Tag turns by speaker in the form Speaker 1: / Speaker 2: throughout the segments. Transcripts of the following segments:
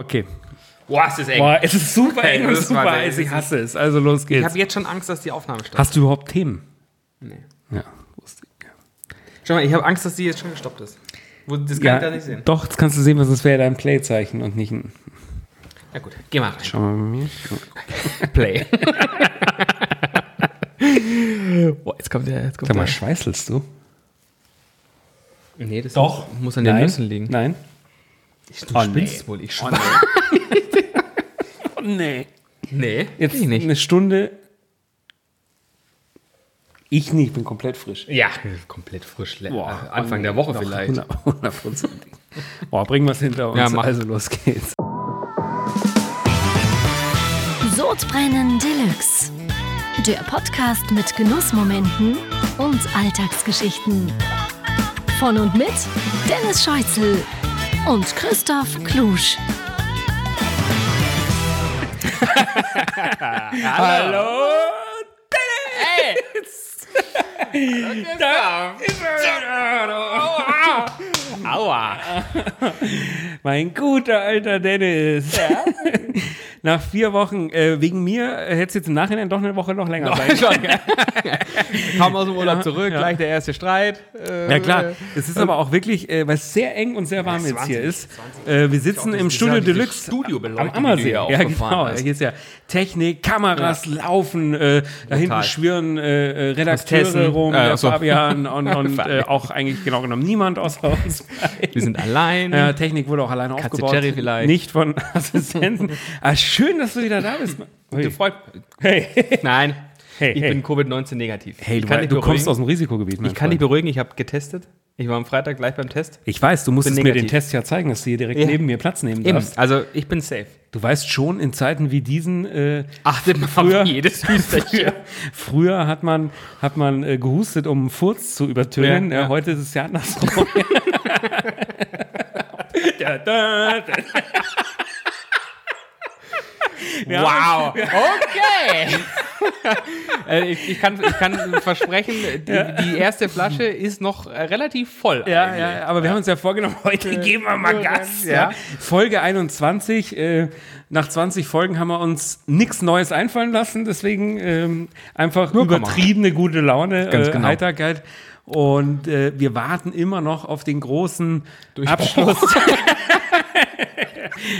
Speaker 1: Okay.
Speaker 2: Boah, es ist eng.
Speaker 1: Boah, es ist super eng und
Speaker 2: das war
Speaker 1: super
Speaker 2: sehr-
Speaker 1: heiß.
Speaker 2: es
Speaker 1: Ich
Speaker 2: ist-
Speaker 1: hasse es. Also los
Speaker 2: Ich
Speaker 1: geht's.
Speaker 2: habe jetzt schon Angst, dass die Aufnahme startet.
Speaker 1: Hast du überhaupt Themen?
Speaker 2: Nee.
Speaker 1: Ja, wusste ich.
Speaker 2: Schau mal, ich habe Angst, dass die jetzt schon gestoppt ist. Wo- Das kann
Speaker 1: Ja,
Speaker 2: ich da nicht sehen.
Speaker 1: Doch, das kannst du sehen, was es wäre dein Playzeichen und nicht ein.
Speaker 2: Na gut, geh mal rein.
Speaker 1: Schau mal bei mir.
Speaker 2: Play. Boah, jetzt kommt der. Jetzt kommt
Speaker 1: Sag mal,
Speaker 2: der.
Speaker 1: schweißelst du?
Speaker 2: Nee, das
Speaker 1: Doch.
Speaker 2: muss- muss an den Nüssen liegen.
Speaker 1: Nein.
Speaker 2: Ich,
Speaker 1: Oh,
Speaker 2: spinnst
Speaker 1: nee.
Speaker 2: wohl, ich
Speaker 1: Oh,
Speaker 2: schwör.
Speaker 1: nee. oh, nee.
Speaker 2: Nee,
Speaker 1: Jetzt
Speaker 2: ich nicht.
Speaker 1: eine Stunde. Ich nicht, ich bin komplett frisch.
Speaker 2: Ja, komplett frisch. le- äh, Anfang der Woche
Speaker 1: Noch
Speaker 2: vielleicht.
Speaker 1: 100 Hundertprozentig. Boah, bringen wir es hinter uns.
Speaker 2: Ja, mach.
Speaker 1: Also los geht's.
Speaker 3: Sodbrennen Deluxe. Der Podcast mit Genussmomenten und Alltagsgeschichten. Von und mit Dennis Scheuzel und Christoph Klusch.
Speaker 1: Hallo!
Speaker 2: Aua.
Speaker 1: Mein guter alter Dennis. Nach vier Wochen, äh, wegen mir, äh, hätte es jetzt im Nachhinein doch eine Woche noch länger sein können.
Speaker 2: Kam aus dem Urlaub zurück,
Speaker 1: Ja.
Speaker 2: gleich der erste Streit. Äh,
Speaker 1: Ja klar, es ist aber auch wirklich, äh, weil es sehr eng und sehr warm jetzt
Speaker 2: 20,
Speaker 1: hier ist. Äh, wir sitzen im Studio
Speaker 2: diese
Speaker 1: Deluxe
Speaker 2: Studiobeleuchtung,
Speaker 1: am
Speaker 2: die du
Speaker 1: Ammersee.
Speaker 2: hier
Speaker 1: Ja,
Speaker 2: aufgefahren
Speaker 1: genau.
Speaker 2: hast.
Speaker 1: Hier ist ja Technik, Kameras laufen, äh, da hinten schwirren äh, äh,
Speaker 2: Tessen.
Speaker 1: Redakteure rum,
Speaker 2: Äh,
Speaker 1: der
Speaker 2: achso.
Speaker 1: Fabian und, und äh,
Speaker 2: Fabian.
Speaker 1: auch eigentlich genau genommen niemand außer uns. beiden.
Speaker 2: Wir sind allein.
Speaker 1: Ja, Technik wurde auch alleine aufgebaut.
Speaker 2: Cherry vielleicht.
Speaker 1: Nicht von Assistenten. ah, schön, dass du wieder da bist. Hui.
Speaker 2: Gefreut.
Speaker 1: Hey,
Speaker 2: Nein,
Speaker 1: Hey,
Speaker 2: ich
Speaker 1: hey.
Speaker 2: bin Covid-19 negativ.
Speaker 1: hey
Speaker 2: ich
Speaker 1: du,
Speaker 2: kann dich
Speaker 1: du kommst
Speaker 2: beruhigen.
Speaker 1: aus dem Risikogebiet. mein
Speaker 2: Ich kann dich
Speaker 1: Freund.
Speaker 2: beruhigen, ich habe getestet. Ich war am Freitag gleich beim Test.
Speaker 1: ich weiß, du musstest
Speaker 2: bin
Speaker 1: mir den
Speaker 2: negativ.
Speaker 1: Test ja zeigen, dass du hier direkt
Speaker 2: Ja.
Speaker 1: neben mir Platz nehmen
Speaker 2: Eben.
Speaker 1: darfst.
Speaker 2: Also ich bin safe.
Speaker 1: Du weißt schon, in Zeiten wie diesen, äh,
Speaker 2: Achtet mal
Speaker 1: Früher-
Speaker 2: auf jedes Hüsterchen.
Speaker 1: früher hat man, hat man äh, gehustet, um einen Furz zu übertönen.
Speaker 2: Ja, ja.
Speaker 1: Äh, heute ist es ja andersrum. da, da, da.
Speaker 2: Wow, okay. Äh, ich, ich, kann, ich kann versprechen, die, die erste Flasche ist noch äh, relativ voll.
Speaker 1: Ja,
Speaker 2: eigentlich.
Speaker 1: ja, aber wir haben uns ja vorgenommen, heute geben wir mal Gas. Ja.
Speaker 2: ja.
Speaker 1: Folge 21. Äh, nach 20 Folgen haben wir uns nichts Neues einfallen lassen, deswegen ähm, einfach
Speaker 2: Nur Komma.
Speaker 1: übertriebene gute Laune,
Speaker 2: Ganz
Speaker 1: äh,
Speaker 2: genau.
Speaker 1: Heiterkeit. Und äh, wir warten immer noch auf den großen
Speaker 2: Durchbruch.
Speaker 1: Abschluss.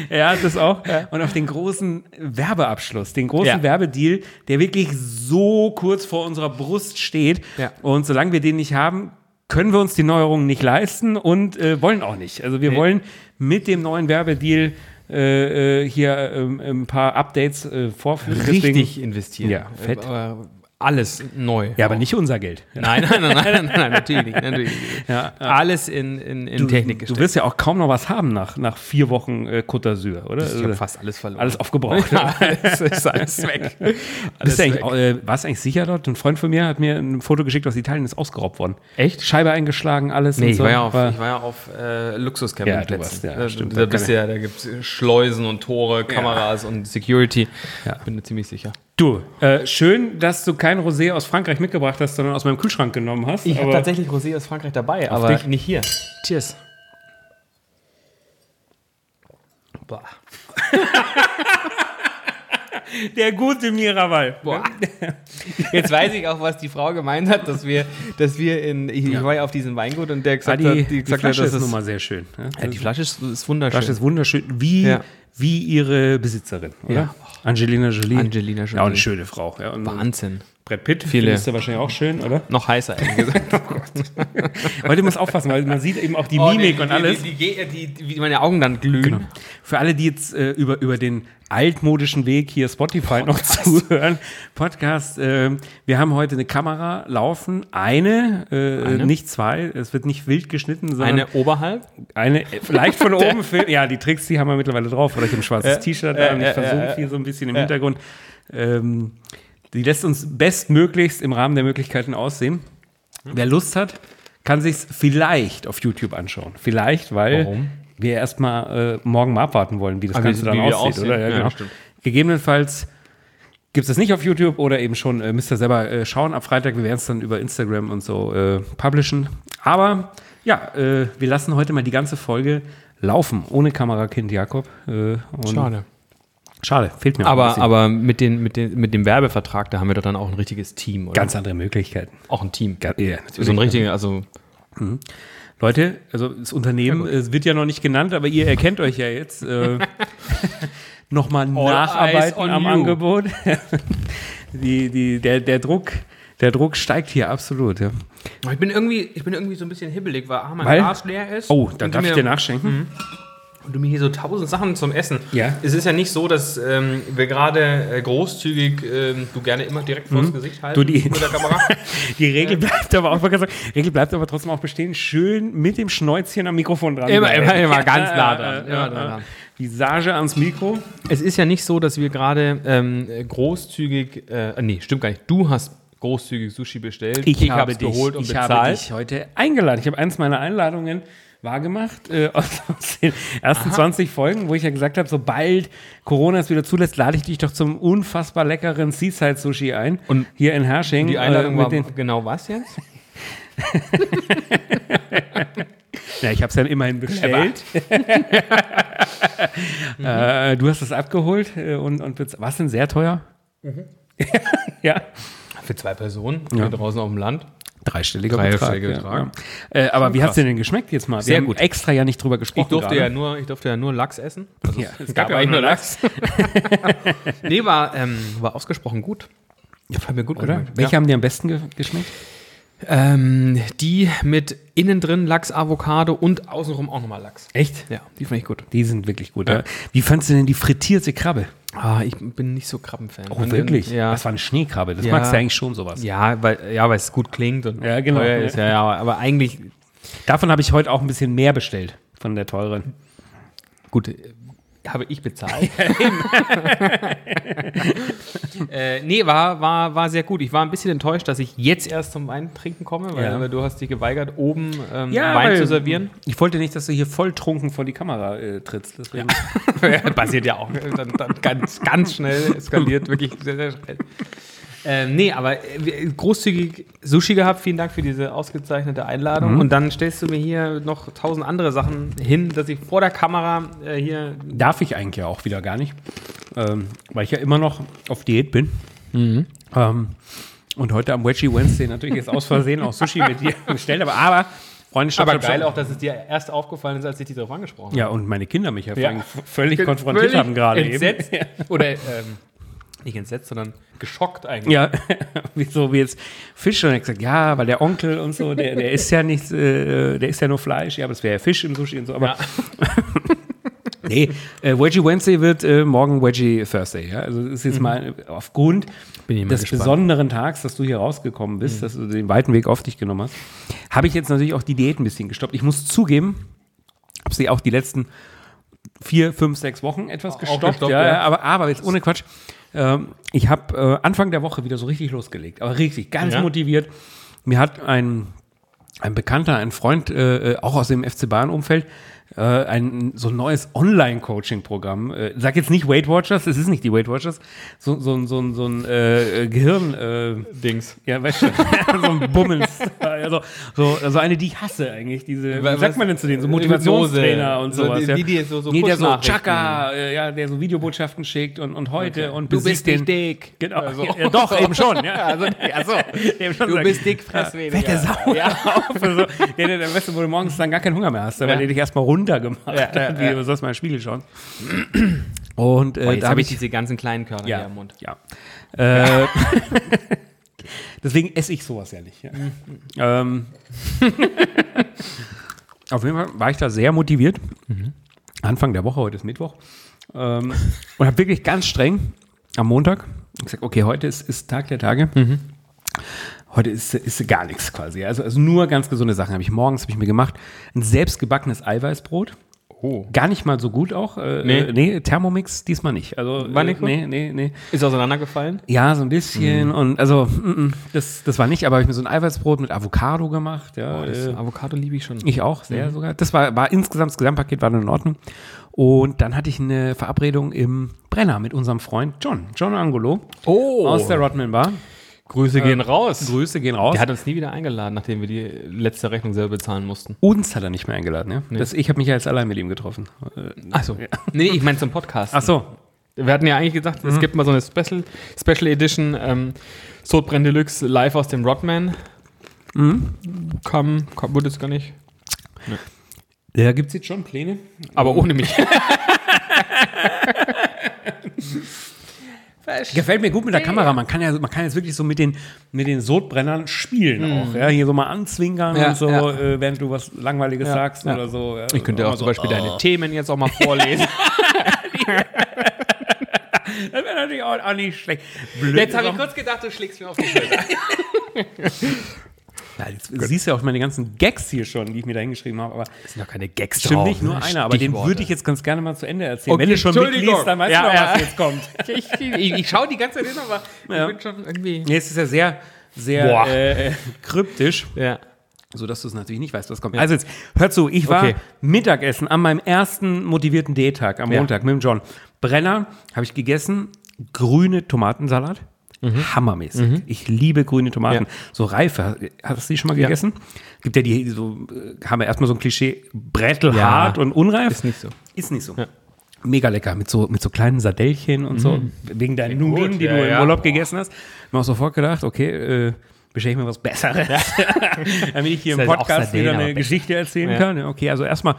Speaker 1: ja, das auch. Und auf den großen Werbeabschluss, den großen
Speaker 2: Ja.
Speaker 1: Werbedeal, der wirklich so kurz vor unserer Brust steht.
Speaker 2: Ja.
Speaker 1: Und solange wir den nicht haben, können wir uns die Neuerungen nicht leisten und äh, wollen auch nicht. Also wir wollen mit dem neuen Werbedeal äh, äh, hier ähm, ein paar Updates äh, vorführen.
Speaker 2: Richtig
Speaker 1: Deswegen,
Speaker 2: investieren. Äh,
Speaker 1: Ja, fett.
Speaker 2: Aber alles neu.
Speaker 1: ja, aber nicht unser Geld.
Speaker 2: Nein, nein, nein, nein, nein, nein natürlich nicht. Natürlich nicht.
Speaker 1: Ja.
Speaker 2: Alles in, in, in
Speaker 1: Du
Speaker 2: Technik gesteckt.
Speaker 1: wirst ja auch kaum noch was haben nach, nach vier Wochen äh, Côte d'Azur, oder? Also
Speaker 2: ich habe fast alles verloren.
Speaker 1: alles aufgebraucht.
Speaker 2: Ja, alles ist alles weg.
Speaker 1: Bist
Speaker 2: Alles
Speaker 1: du eigentlich,
Speaker 2: weg.
Speaker 1: au- äh, warst du eigentlich sicher dort? Ein Freund von mir hat mir ein Foto geschickt aus Italien, ist ausgeraubt worden.
Speaker 2: Echt?
Speaker 1: Scheibe eingeschlagen, alles.
Speaker 2: Nee,
Speaker 1: und
Speaker 2: ich
Speaker 1: so.
Speaker 2: war ja auf,
Speaker 1: War-
Speaker 2: ich war ja auf äh,
Speaker 1: Ja, du
Speaker 2: Luxuscampingplätzen.
Speaker 1: warst- ja,
Speaker 2: da,
Speaker 1: stimmt,
Speaker 2: da,
Speaker 1: da
Speaker 2: bist
Speaker 1: kann
Speaker 2: du ja, da gibt es Schleusen und Tore, Kameras und Security.
Speaker 1: Ja.
Speaker 2: Bin mir ziemlich sicher.
Speaker 1: du, äh, schön, dass du kein Rosé aus Frankreich mitgebracht hast, sondern aus meinem Kühlschrank genommen hast.
Speaker 2: Ich habe
Speaker 1: aber-
Speaker 2: tatsächlich Rosé aus Frankreich dabei, aber
Speaker 1: dich?
Speaker 2: nicht hier. Cheers. Boah.
Speaker 1: der gute Miraval.
Speaker 2: Boah. Jetzt weiß ich auch, was die Frau gemeint hat, dass wir, dass wir in. Ich, ich war ja auf diesem Weingut und der
Speaker 1: Ah,
Speaker 2: gesagt
Speaker 1: die,
Speaker 2: hat,
Speaker 1: die,
Speaker 2: gesagt
Speaker 1: Flasche
Speaker 2: hat,
Speaker 1: ist,
Speaker 2: dass es-
Speaker 1: nochmal sehr schön. ne?
Speaker 2: Ja, die Flasche ist, ist wunderschön.
Speaker 1: Flasche ist wunderschön, wie,
Speaker 2: Ja.
Speaker 1: wie ihre Besitzerin, oder?
Speaker 2: Ja.
Speaker 1: Angelina Jolie.
Speaker 2: Angelina
Speaker 1: Ja, auch eine
Speaker 2: Jolie.
Speaker 1: schöne Frau. Ja, und
Speaker 2: Wahnsinn.
Speaker 1: Brett Pitt
Speaker 2: Viele-
Speaker 1: findest du wahrscheinlich auch schön, oder?
Speaker 2: Noch heißer, ehrlich gesagt.
Speaker 1: Heute muss aufpassen, weil man sieht eben auch die
Speaker 2: Oh,
Speaker 1: Mimik
Speaker 2: die-
Speaker 1: und
Speaker 2: die-
Speaker 1: alles.
Speaker 2: Die, die, die, die, wie meine Augen dann glühen.
Speaker 1: Genau. Für alle, die jetzt äh, über, über den altmodischen Weg hier Spotify noch zuhören, Podcast, ähm, wir haben heute eine Kamera laufen, eine, äh, nicht zwei, es wird nicht wild geschnitten, sondern
Speaker 2: Eine oberhalb.
Speaker 1: eine, äh, vielleicht von oben filmen. Ja, die Tricks, die haben wir mittlerweile drauf, oder ich habe ein schwarzes T-Shirt an, ich
Speaker 2: äh,
Speaker 1: versuche viel so ein bisschen im Hintergrund. Ähm, die lässt uns bestmöglichst im Rahmen der Möglichkeiten aussehen.
Speaker 2: Mhm.
Speaker 1: Wer Lust hat, kann sich's vielleicht auf YouTube anschauen. Vielleicht, weil
Speaker 2: Warum?
Speaker 1: wir erstmal äh, morgen mal abwarten wollen, wie das
Speaker 2: Ah, wie-
Speaker 1: Ganze dann
Speaker 2: wie wir
Speaker 1: aussieht,
Speaker 2: aussehen.
Speaker 1: oder? genau.
Speaker 2: Ja, stimmt.
Speaker 1: Gegebenenfalls gibt es das nicht auf YouTube oder eben schon, äh, müsst ihr selber äh, schauen. Ab Freitag, wir werden es dann über Instagram und so äh, publishen. Aber ja, äh, wir lassen heute mal die ganze Folge laufen ohne Kamerakind Jakob. Äh, und
Speaker 2: Schade. Ah,
Speaker 1: Schade, fehlt mir auch ein
Speaker 2: Aber,
Speaker 1: bisschen.
Speaker 2: aber mit, den, mit, den, mit dem Werbevertrag, da haben wir doch dann auch ein richtiges Team, oder?
Speaker 1: ganz andere Möglichkeiten.
Speaker 2: auch ein Team.
Speaker 1: Ga- ja, natürlich.
Speaker 2: so ein richtiger, also
Speaker 1: Leute, also das Unternehmen es wird ja noch nicht genannt, aber ihr erkennt euch ja jetzt. Äh, Nochmal
Speaker 2: eyes
Speaker 1: nacharbeiten
Speaker 2: on
Speaker 1: am
Speaker 2: you.
Speaker 1: Angebot. die, die, der, der, Druck, der Druck steigt hier absolut. Ja.
Speaker 2: Ich bin irgendwie, ich bin irgendwie so ein bisschen hibbelig, weil A, mein
Speaker 1: Weil-
Speaker 2: Glas leer ist.
Speaker 1: Oh, dann
Speaker 2: und du
Speaker 1: darf
Speaker 2: mir,
Speaker 1: ich dir nachschenken.
Speaker 2: Und du mir hier so tausend Sachen zum Essen.
Speaker 1: Ja.
Speaker 2: Es ist ja nicht so, dass ähm, wir gerade äh, großzügig ähm, du gerne immer direkt vors Gesicht halten
Speaker 1: Du, die-
Speaker 2: mit der Kamera.
Speaker 1: Die Regel bleibt aber auch Regel bleibt aber trotzdem auch bestehen. Schön mit dem Schnäuzchen am Mikrofon dran.
Speaker 2: Immer,
Speaker 1: bleiben.
Speaker 2: immer, immer ganz
Speaker 1: Ja,
Speaker 2: nah
Speaker 1: ja,
Speaker 2: dran,
Speaker 1: ja,
Speaker 2: immer
Speaker 1: ja.
Speaker 2: dran.
Speaker 1: Visage ans Mikro.
Speaker 2: es ist ja nicht so, dass wir gerade ähm, großzügig, äh, nee, stimmt gar nicht. Du hast großzügig Sushi bestellt. hab's geholt und
Speaker 1: ich
Speaker 2: bezahlt.
Speaker 1: habe dich heute eingeladen. Ich habe eins meiner Einladungen wahrgemacht äh, aus aus den ersten 20 Folgen, wo ich ja gesagt habe, sobald Corona es wieder zulässt, lade ich dich doch zum unfassbar leckeren Seaside-Sushi ein.
Speaker 2: Und
Speaker 1: hier in Hersching.
Speaker 2: Die Einladung
Speaker 1: äh,
Speaker 2: war
Speaker 1: mit den,
Speaker 2: genau was jetzt?
Speaker 1: Ja, ich habe es dann immerhin bestellt. äh, du hast es abgeholt äh, und, und bez- war es denn sehr teuer?
Speaker 2: Mhm.
Speaker 1: ja.
Speaker 2: Für zwei Personen hier draußen auf dem Land.
Speaker 1: Dreistelliger,
Speaker 2: Dreistelliger
Speaker 1: Betrag. Ja.
Speaker 2: Betrag.
Speaker 1: Ja. Äh, aber wie hat es dir denn geschmeckt jetzt mal? Wir
Speaker 2: Sehr
Speaker 1: haben
Speaker 2: gut.
Speaker 1: extra ja nicht drüber gesprochen.
Speaker 2: Ich durfte,
Speaker 1: gerade.
Speaker 2: ja nur, ich durfte ja nur Lachs essen. Also
Speaker 1: Ja,
Speaker 2: es gab ja auch nur Lachs. nee, war, ähm, war ausgesprochen gut. Hat mir gut
Speaker 1: Oder?
Speaker 2: Ja.
Speaker 1: Welche haben dir am besten ge geschmeckt?
Speaker 2: Ähm, die mit innen drin Lachs, Avocado und außenrum auch nochmal Lachs.
Speaker 1: Echt?
Speaker 2: Ja, die fand ich gut.
Speaker 1: Die sind wirklich gut. Ja. Wie fandst du denn die frittierte Krabbe?
Speaker 2: Ah, ich bin nicht so Krabbenfan.
Speaker 1: Oh, wirklich?
Speaker 2: Ja.
Speaker 1: Das war eine Schneekrabbe. Das
Speaker 2: Ja.
Speaker 1: magst du eigentlich schon sowas.
Speaker 2: Ja, weil ja, weil es gut klingt und
Speaker 1: Ja, genau.
Speaker 2: teuer ist, ja, ja, aber eigentlich
Speaker 1: Davon habe ich heute auch ein bisschen mehr bestellt. Von der teuren.
Speaker 2: Gut, äh, habe ich bezahlt. äh, nee, war, war, war sehr gut. Ich war ein bisschen enttäuscht, dass ich jetzt erst zum Wein trinken komme, weil
Speaker 1: Ja.
Speaker 2: weil du hast dich geweigert, oben ähm,
Speaker 1: Ja,
Speaker 2: Wein
Speaker 1: weil-
Speaker 2: zu servieren.
Speaker 1: Ich wollte nicht, dass du hier volltrunken vor die Kamera äh, trittst. Deswegen.
Speaker 2: Passiert ja auch. Dann, dann ganz, ganz schnell eskaliert, wirklich sehr, sehr schnell. Ähm, nee, aber äh, wir- großzügig Sushi gehabt. Vielen Dank für diese ausgezeichnete Einladung. Und dann stellst du mir hier noch tausend andere Sachen hin, dass ich vor der Kamera äh, hier
Speaker 1: Darf ich eigentlich ja auch wieder gar nicht, ähm, weil ich ja immer noch auf Diät bin. Ähm, und heute am Wedgie Wednesday natürlich jetzt aus Versehen auch Sushi mit dir bestellt habe. Aber, Freunde, stopp,
Speaker 2: Aber
Speaker 1: stopp, stopp.
Speaker 2: geil auch, dass es dir erst aufgefallen ist, als ich dich darauf angesprochen
Speaker 1: Ja, und meine Kinder mich ja,
Speaker 2: Ja.
Speaker 1: völlig- völlig
Speaker 2: habe.
Speaker 1: konfrontiert
Speaker 2: Völlig
Speaker 1: haben gerade eben.
Speaker 2: Entsetzt. Oder ähm, nicht entsetzt, sondern geschockt eigentlich.
Speaker 1: Ja, wie so wie jetzt Fisch. Und er hat gesagt, ja, weil der Onkel und so, der, der ist ja nichts, äh, der ist ja nur Fleisch. Ja, aber es wäre ja Fisch im Sushi und so. Aber
Speaker 2: Ja.
Speaker 1: nee, äh, Wedgie Wednesday wird äh, morgen Wedgie Thursday. Ja? Also es ist jetzt mal äh, aufgrund
Speaker 2: Mhm. Bin ich mal
Speaker 1: des
Speaker 2: gespannt. Mhm.
Speaker 1: besonderen Tags, dass du hier rausgekommen bist, dass du den weiten Weg auf dich genommen hast, habe ich jetzt natürlich auch die Diät ein bisschen gestoppt. Ich muss zugeben, habe sie auch die letzten vier, fünf, sechs Wochen etwas gestoppt.
Speaker 2: gestoppt,
Speaker 1: ja,
Speaker 2: ja.
Speaker 1: ja. Aber, aber jetzt ohne Quatsch. Ähm, ich habe äh, Anfang der Woche wieder so richtig losgelegt, aber richtig, ganz
Speaker 2: Ja.
Speaker 1: motiviert. Mir hat ein, ein Bekannter, ein Freund, äh, äh, auch aus dem FC Bayern-Umfeld, äh, ein so ein neues Online-Coaching-Programm. Äh, sag jetzt nicht Weight Watchers, es ist nicht die Weight Watchers, so, so, ein- so, ein- so ein äh, äh, Gehirn. Äh,
Speaker 2: Dings.
Speaker 1: ja, weißt du, so ein Bummens. Also, so, also eine, die ich hasse eigentlich, diese, wie
Speaker 2: Was-
Speaker 1: sagt man denn zu denen? So
Speaker 2: Hypnose.
Speaker 1: Motivationstrainer und
Speaker 2: So
Speaker 1: sowas.
Speaker 2: die-
Speaker 1: ja.
Speaker 2: die, die so- so
Speaker 1: nee, der so
Speaker 2: Push-Nachrichten.
Speaker 1: Chaka, äh, ja, der so Videobotschaften schickt und, und heute und
Speaker 2: Du bist nicht
Speaker 1: den.
Speaker 2: dick.
Speaker 1: Genau.
Speaker 2: Also-
Speaker 1: Ja, doch, eben schon. Ja.
Speaker 2: Also, also,
Speaker 1: Eben schon
Speaker 2: du
Speaker 1: sagt,
Speaker 2: bist dick, fress weniger.
Speaker 1: Fette Sau. Ja. Auf, so. ja, der, der, weißt du, wo du morgens dann gar keinen Hunger mehr hast, weil
Speaker 2: Ja.
Speaker 1: der dich erstmal runtergemacht
Speaker 2: ja,
Speaker 1: hat. Wie,
Speaker 2: ja.
Speaker 1: Du sollst mal in den Spiegel schauen. Und äh,
Speaker 2: Jetzt
Speaker 1: da
Speaker 2: habe ich diese ganzen kleinen Körner
Speaker 1: ja,
Speaker 2: hier im Mund.
Speaker 1: Ja. Äh, deswegen esse ich sowas ja nicht. Ja. ähm, auf jeden Fall war ich da sehr motiviert. Anfang der Woche, heute ist Mittwoch. Ähm, und habe wirklich ganz streng am Montag gesagt, okay, heute ist, ist Tag der Tage. Heute ist, ist gar nichts quasi. Also, also nur ganz gesunde Sachen habe ich morgens habe ich mir gemacht. Ein selbstgebackenes Eiweißbrot.
Speaker 2: Oh.
Speaker 1: Gar nicht mal so gut auch. Äh,
Speaker 2: Nee.
Speaker 1: äh, nee, Thermomix diesmal nicht. Also,
Speaker 2: War nicht
Speaker 1: äh,
Speaker 2: gut?
Speaker 1: Nee, nee, nee.
Speaker 2: Ist auseinandergefallen?
Speaker 1: Ja, so ein bisschen. Und also, mm, mm, das, das war nicht, aber ich hab mir so ein Eiweißbrot mit Avocado gemacht. Ja, äh,
Speaker 2: Avocado liebe ich schon.
Speaker 1: ich auch, sehr sogar. Das war, war insgesamt, das Gesamtpaket war dann in Ordnung. Und dann hatte ich eine Verabredung im Brenner mit unserem Freund John, John Angolo
Speaker 2: Oh.
Speaker 1: aus der Rodman Bar.
Speaker 2: Grüße gehen raus.
Speaker 1: Grüße gehen raus.
Speaker 2: Äh, Der hat uns nie wieder eingeladen, nachdem wir die letzte Rechnung selber bezahlen mussten.
Speaker 1: uns hat er nicht mehr eingeladen, ne? ja? Das, ich habe mich ja jetzt allein mit ihm getroffen. Äh,
Speaker 2: Achso. Nee, ich meine zum Podcast.
Speaker 1: Ach so,
Speaker 2: Wir hatten ja eigentlich gesagt, es gibt mal so eine Special, Special Edition ähm, Sodbrenn Deluxe live aus dem Rodman. Mhm. Kam, kam, wurde es gar nicht.
Speaker 1: Äh, da gibt es jetzt schon Pläne.
Speaker 2: Aber ohne mich.
Speaker 1: Gefällt mir gut mit der Kamera. Man kann ja, man kann jetzt wirklich so mit den, mit den Sodbrennern spielen auch. Ja? Hier so mal anzwinkern
Speaker 2: Ja,
Speaker 1: und so,
Speaker 2: ja.
Speaker 1: äh, während du was Langweiliges
Speaker 2: Ja,
Speaker 1: sagst
Speaker 2: ja.
Speaker 1: oder so. "Ah, Ja?
Speaker 2: Ich könnte auch zum
Speaker 1: äh,
Speaker 2: Beispiel deine Themen jetzt auch mal vorlesen.
Speaker 1: Das wäre natürlich auch, auch nicht schlecht. Blöd
Speaker 2: jetzt habe
Speaker 1: ist
Speaker 2: ich
Speaker 1: auch-
Speaker 2: kurz gedacht, du schlägst mir auf die Schulter.
Speaker 1: Ja, jetzt siehst du ja auch meine ganzen Gags hier schon, die ich mir da hingeschrieben habe. Aber
Speaker 2: Das sind doch keine Gags ne?
Speaker 1: stimmt nicht nur einer, aber den würde ich jetzt ganz gerne mal zu Ende erzählen.
Speaker 2: Okay,
Speaker 1: Wenn du schon
Speaker 2: Entschuldigung.
Speaker 1: mitliest, dann weißt
Speaker 2: Ja,
Speaker 1: du auch,
Speaker 2: ja.
Speaker 1: was jetzt kommt.
Speaker 2: Ich, ich, ich schaue die ganze Zeit hin, aber
Speaker 1: Ja.
Speaker 2: ich bin schon irgendwie.
Speaker 1: Nee, es ist ja sehr, sehr
Speaker 2: Boah.
Speaker 1: äh, äh, kryptisch.
Speaker 2: Ja.
Speaker 1: sodass du es natürlich nicht weißt, was kommt. Also jetzt, hör zu, ich war
Speaker 2: Okay.
Speaker 1: Mittagessen an meinem ersten motivierten D-Tag am
Speaker 2: Ja.
Speaker 1: Montag mit dem John. Brenner habe ich gegessen, grüne Tomatensalat. Hammermäßig. Ich liebe grüne Tomaten.
Speaker 2: Mhm. Ja.
Speaker 1: So reife. Hast du die schon mal gegessen? Gibt ja die, so, äh, haben wir erstmal so ein Klischee, brettelhart
Speaker 2: Ja.
Speaker 1: und unreif.
Speaker 2: Ist nicht so.
Speaker 1: Ist nicht so. Mega lecker, mit so, mit so kleinen Sardellchen und so. Wegen deinen Nudeln, die
Speaker 2: Mhm. ja,
Speaker 1: du im
Speaker 2: ja.
Speaker 1: Urlaub
Speaker 2: Boah.
Speaker 1: gegessen hast. Mir auch sofort gedacht, okay, äh, bestelle ich mir was Besseres. Damit ich hier im
Speaker 2: Das heißt auch
Speaker 1: Podcast
Speaker 2: Sardellen,
Speaker 1: wieder
Speaker 2: aber
Speaker 1: eine
Speaker 2: besser.
Speaker 1: Geschichte erzählen
Speaker 2: Ja.
Speaker 1: kann. Ja, Okay, also erstmal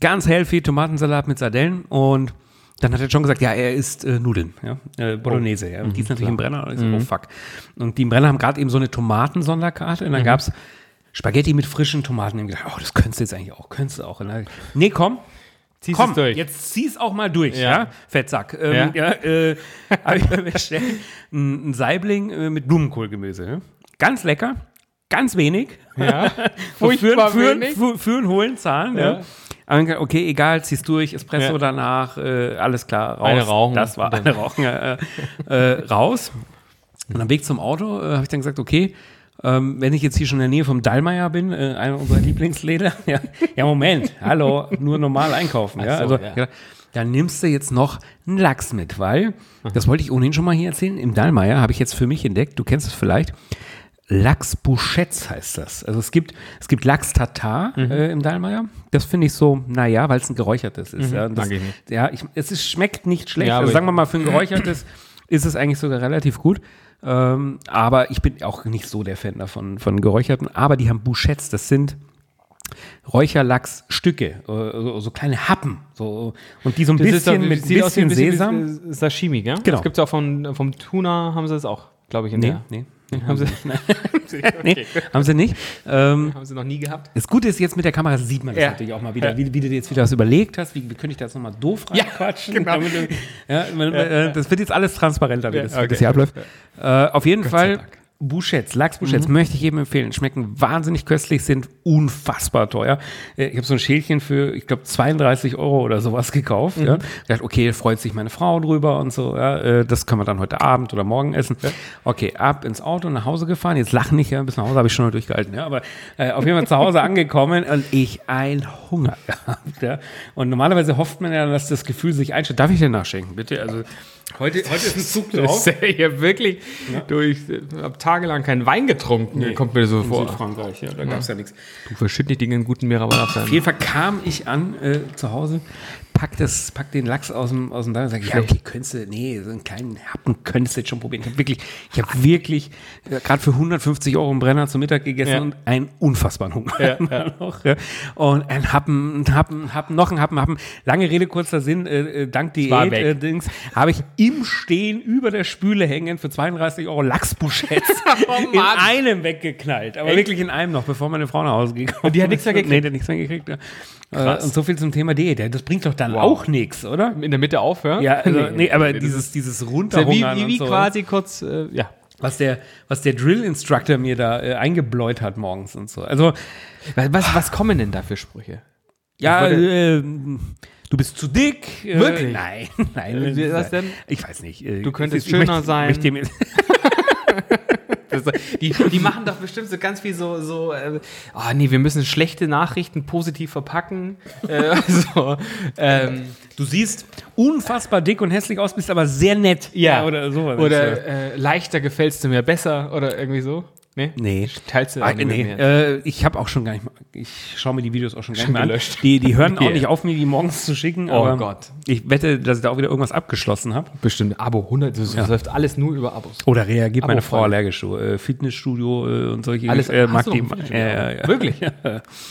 Speaker 1: ganz healthy Tomatensalat mit Sardellen und dann hat er schon gesagt, ja, er isst äh, Nudeln, ja, äh,
Speaker 2: Oh.
Speaker 1: Bolognese, ja.
Speaker 2: Mhm.
Speaker 1: Und die ist natürlich im Brenner. Und ich so, oh fuck. Und die im Brenner haben gerade eben so eine Tomatensonderkarte und
Speaker 2: Mhm.
Speaker 1: dann gab's Spaghetti mit frischen Tomaten. Und ich dachte, oh, das könntest du jetzt eigentlich auch, könntest du auch. Und dann, nee, komm,
Speaker 2: Ziehst
Speaker 1: Komm,
Speaker 2: es durch.
Speaker 1: jetzt zieh's auch mal durch,
Speaker 2: Ja.
Speaker 1: ja, Fettsack. Ähm, ja. äh, Habe ich mir bestellt, ein, ein Saibling äh, mit Blumenkohlgemüse. Ne? Ganz lecker, ganz wenig.
Speaker 2: Ja.
Speaker 1: So
Speaker 2: Furchtbar
Speaker 1: für, einen-
Speaker 2: wenig.
Speaker 1: Für, einen- für, für einen hohen Zahlen.
Speaker 2: Ja.
Speaker 1: Ja. Aber dann, okay, egal, zieh's durch, Espresso
Speaker 2: Ja.
Speaker 1: danach, äh, alles klar, raus.
Speaker 2: Eine rauchen.
Speaker 1: Das war eine Rauchen, äh, äh, raus. Und am Weg zum Auto äh, habe ich dann gesagt, okay, ähm, wenn ich jetzt hier schon in der Nähe vom Dallmayr bin, äh, einer unserer Lieblingsläder, ja, ja Moment, hallo, nur normal einkaufen. Ja?
Speaker 2: so,
Speaker 1: also,
Speaker 2: ja.
Speaker 1: ja, dann nimmst du jetzt noch einen Lachs mit, weil,
Speaker 2: Mhm.
Speaker 1: das wollte ich ohnehin schon mal hier erzählen, im Dallmayr habe ich jetzt für mich entdeckt, du kennst es vielleicht, Lachs Bouchettes heißt das. Also es gibt, es gibt Lachs Tatar
Speaker 2: Mhm.
Speaker 1: äh, im Dallmayr. Das finde ich so, naja, weil es ein geräuchertes ist. Ja, Und das,
Speaker 2: Mhm. mag ich nicht.
Speaker 1: ja ich, es ist, schmeckt nicht schlecht.
Speaker 2: Ja, aber
Speaker 1: also
Speaker 2: ich-
Speaker 1: sagen wir mal, für ein geräuchertes ist es eigentlich sogar relativ gut. Ähm, aber ich bin auch nicht so der Fan davon, von geräucherten. Aber die haben Bouchettes, das sind Räucherlachsstücke, äh, so, so kleine Happen. So, und die so ein bisschen mit ein bisschen Sesam.
Speaker 2: Sashimi, gell?
Speaker 1: Genau.
Speaker 2: Das gibt es auch von, vom Tuna, haben sie das auch, glaube ich, in der.
Speaker 1: nee,
Speaker 2: Haben sie,
Speaker 1: nee, haben sie nicht. Ähm,
Speaker 2: haben sie noch nie gehabt?
Speaker 1: Das Gute ist jetzt mit der Kamera sieht man das
Speaker 2: Ja.
Speaker 1: natürlich auch mal wieder, wie, wie du dir jetzt wieder was überlegt hast, wie, wie könnte ich das nochmal doof reinquatschen.
Speaker 2: genau.
Speaker 1: damit du- Ja, man, äh, das wird jetzt alles transparenter, wie
Speaker 2: Ja,
Speaker 1: das, wie
Speaker 2: okay.
Speaker 1: das hier abläuft. Äh, auf jeden Fall Bouchettes, Lachsbouchettes möchte ich jedem empfehlen. Schmecken wahnsinnig köstlich, sind unfassbar teuer. Äh, Ich habe so ein Schälchen für, ich glaube, 32 Euro oder sowas gekauft. Ja. Ich dachte, okay, freut sich meine Frau drüber und so. Ja. Äh, Das können wir dann heute Abend oder morgen essen. Okay, ab ins Auto, nach Hause gefahren. Jetzt lachen nicht, ja. bis nach Hause habe ich schon noch durchgehalten. Ja. Aber äh, auf jeden Fall zu Hause angekommen und ich ein Hunger gehabt. Ja. Und normalerweise hofft man ja, dass das Gefühl sich einstellt. Darf ich dir nachschenken, bitte? Also heute, heute ist ein Zug
Speaker 2: Das ist ja hier wirklich. Du, ich habe tagelang keinen Wein getrunken, kommt mir so vor.
Speaker 1: Südfrankreich, ja, da gab es ja nichts.
Speaker 2: Du verschütt nicht den guten Mirabalat
Speaker 1: Auf jeden Fall kam ich an äh, zu Hause, pack, das, pack den Lachs aus dem, aus dem Dach und sage, ja, okay, könntest du, nee, so einen kleinen Happen könntest du jetzt schon probieren. Ich habe wirklich, ich habe wirklich äh, gerade für 150 Euro einen Brenner zum Mittag gegessen
Speaker 2: Ja.
Speaker 1: und einen unfassbaren Hunger.
Speaker 2: Ja,
Speaker 1: Noch, ja. Und ein Happen, ein Happen, ein Happen, noch ein Happen, Happen. Lange Rede, kurzer Sinn, äh, äh, dank
Speaker 2: war
Speaker 1: Diät,
Speaker 2: weg.
Speaker 1: äh, Dings, habe ich im Stehen über der Spüle hängend für 32 Euro Lachsbouchettes in
Speaker 2: Oh Mann.
Speaker 1: einem weggeknallt. Aber wirklich in einem noch, bevor meine Frau nach Hause gekommen ist.
Speaker 2: die hat nichts mehr gekriegt?
Speaker 1: Nee, der hat nichts mehr gekriegt. Ja. Äh, Und so viel zum Thema Diät. Ja, Das bringt doch dann
Speaker 2: Wow.
Speaker 1: auch nichts, oder?
Speaker 2: In der Mitte aufhören?
Speaker 1: Ja, also, nee, aber
Speaker 2: das
Speaker 1: dieses, dieses
Speaker 2: ist ja
Speaker 1: Runterhungern
Speaker 2: wie, wie, wie
Speaker 1: und so,
Speaker 2: quasi kurz, äh, ja.
Speaker 1: was der, was der Drill-Instructor mir da äh, eingebläut hat morgens und so. Also,
Speaker 2: Was, was kommen denn da für Sprüche?
Speaker 1: ja,
Speaker 2: Ich
Speaker 1: äh, du bist zu dick. Äh,
Speaker 2: Wirklich?
Speaker 1: Nein, nein.
Speaker 2: Äh, wie- was denn?
Speaker 1: Ich weiß nicht. äh,
Speaker 2: Du könntest
Speaker 1: ich- ich
Speaker 2: schöner sein.
Speaker 1: Möchte, möchte mir-
Speaker 2: Das, die, die machen doch bestimmt so ganz viel so, so äh, oh nee, wir müssen schlechte Nachrichten positiv verpacken. Äh, so, ähm,
Speaker 1: Du siehst unfassbar dick und hässlich aus, bist aber sehr nett.
Speaker 2: ja,
Speaker 1: oder sowas.
Speaker 2: Oder äh, leichter gefällst du mir besser oder irgendwie so. Nee?
Speaker 1: Nee.
Speaker 2: Teilst du
Speaker 1: Ah,
Speaker 2: auch nicht
Speaker 1: nee,
Speaker 2: mit mir.
Speaker 1: äh, ich habe auch schon gar nicht mal, ich schaue mir die Videos auch schon gar
Speaker 2: Schon
Speaker 1: nicht mehr an.
Speaker 2: gelöscht.
Speaker 1: Die, die hören auch
Speaker 2: Yeah.
Speaker 1: nicht auf, mir die morgens zu schicken.
Speaker 2: Oh
Speaker 1: aber
Speaker 2: Gott.
Speaker 1: Ich wette, dass ich da auch wieder irgendwas abgeschlossen habe.
Speaker 2: Bestimmt Abo 100, das das läuft alles nur über Abos.
Speaker 1: Oder reagiert meine Frau
Speaker 2: voll.
Speaker 1: allergisch. So, äh, Fitnessstudio äh, und solche.
Speaker 2: Alles
Speaker 1: äh, mag
Speaker 2: Hast du
Speaker 1: die,
Speaker 2: noch ein Fitnessstudio?
Speaker 1: äh, ja,
Speaker 2: Wirklich?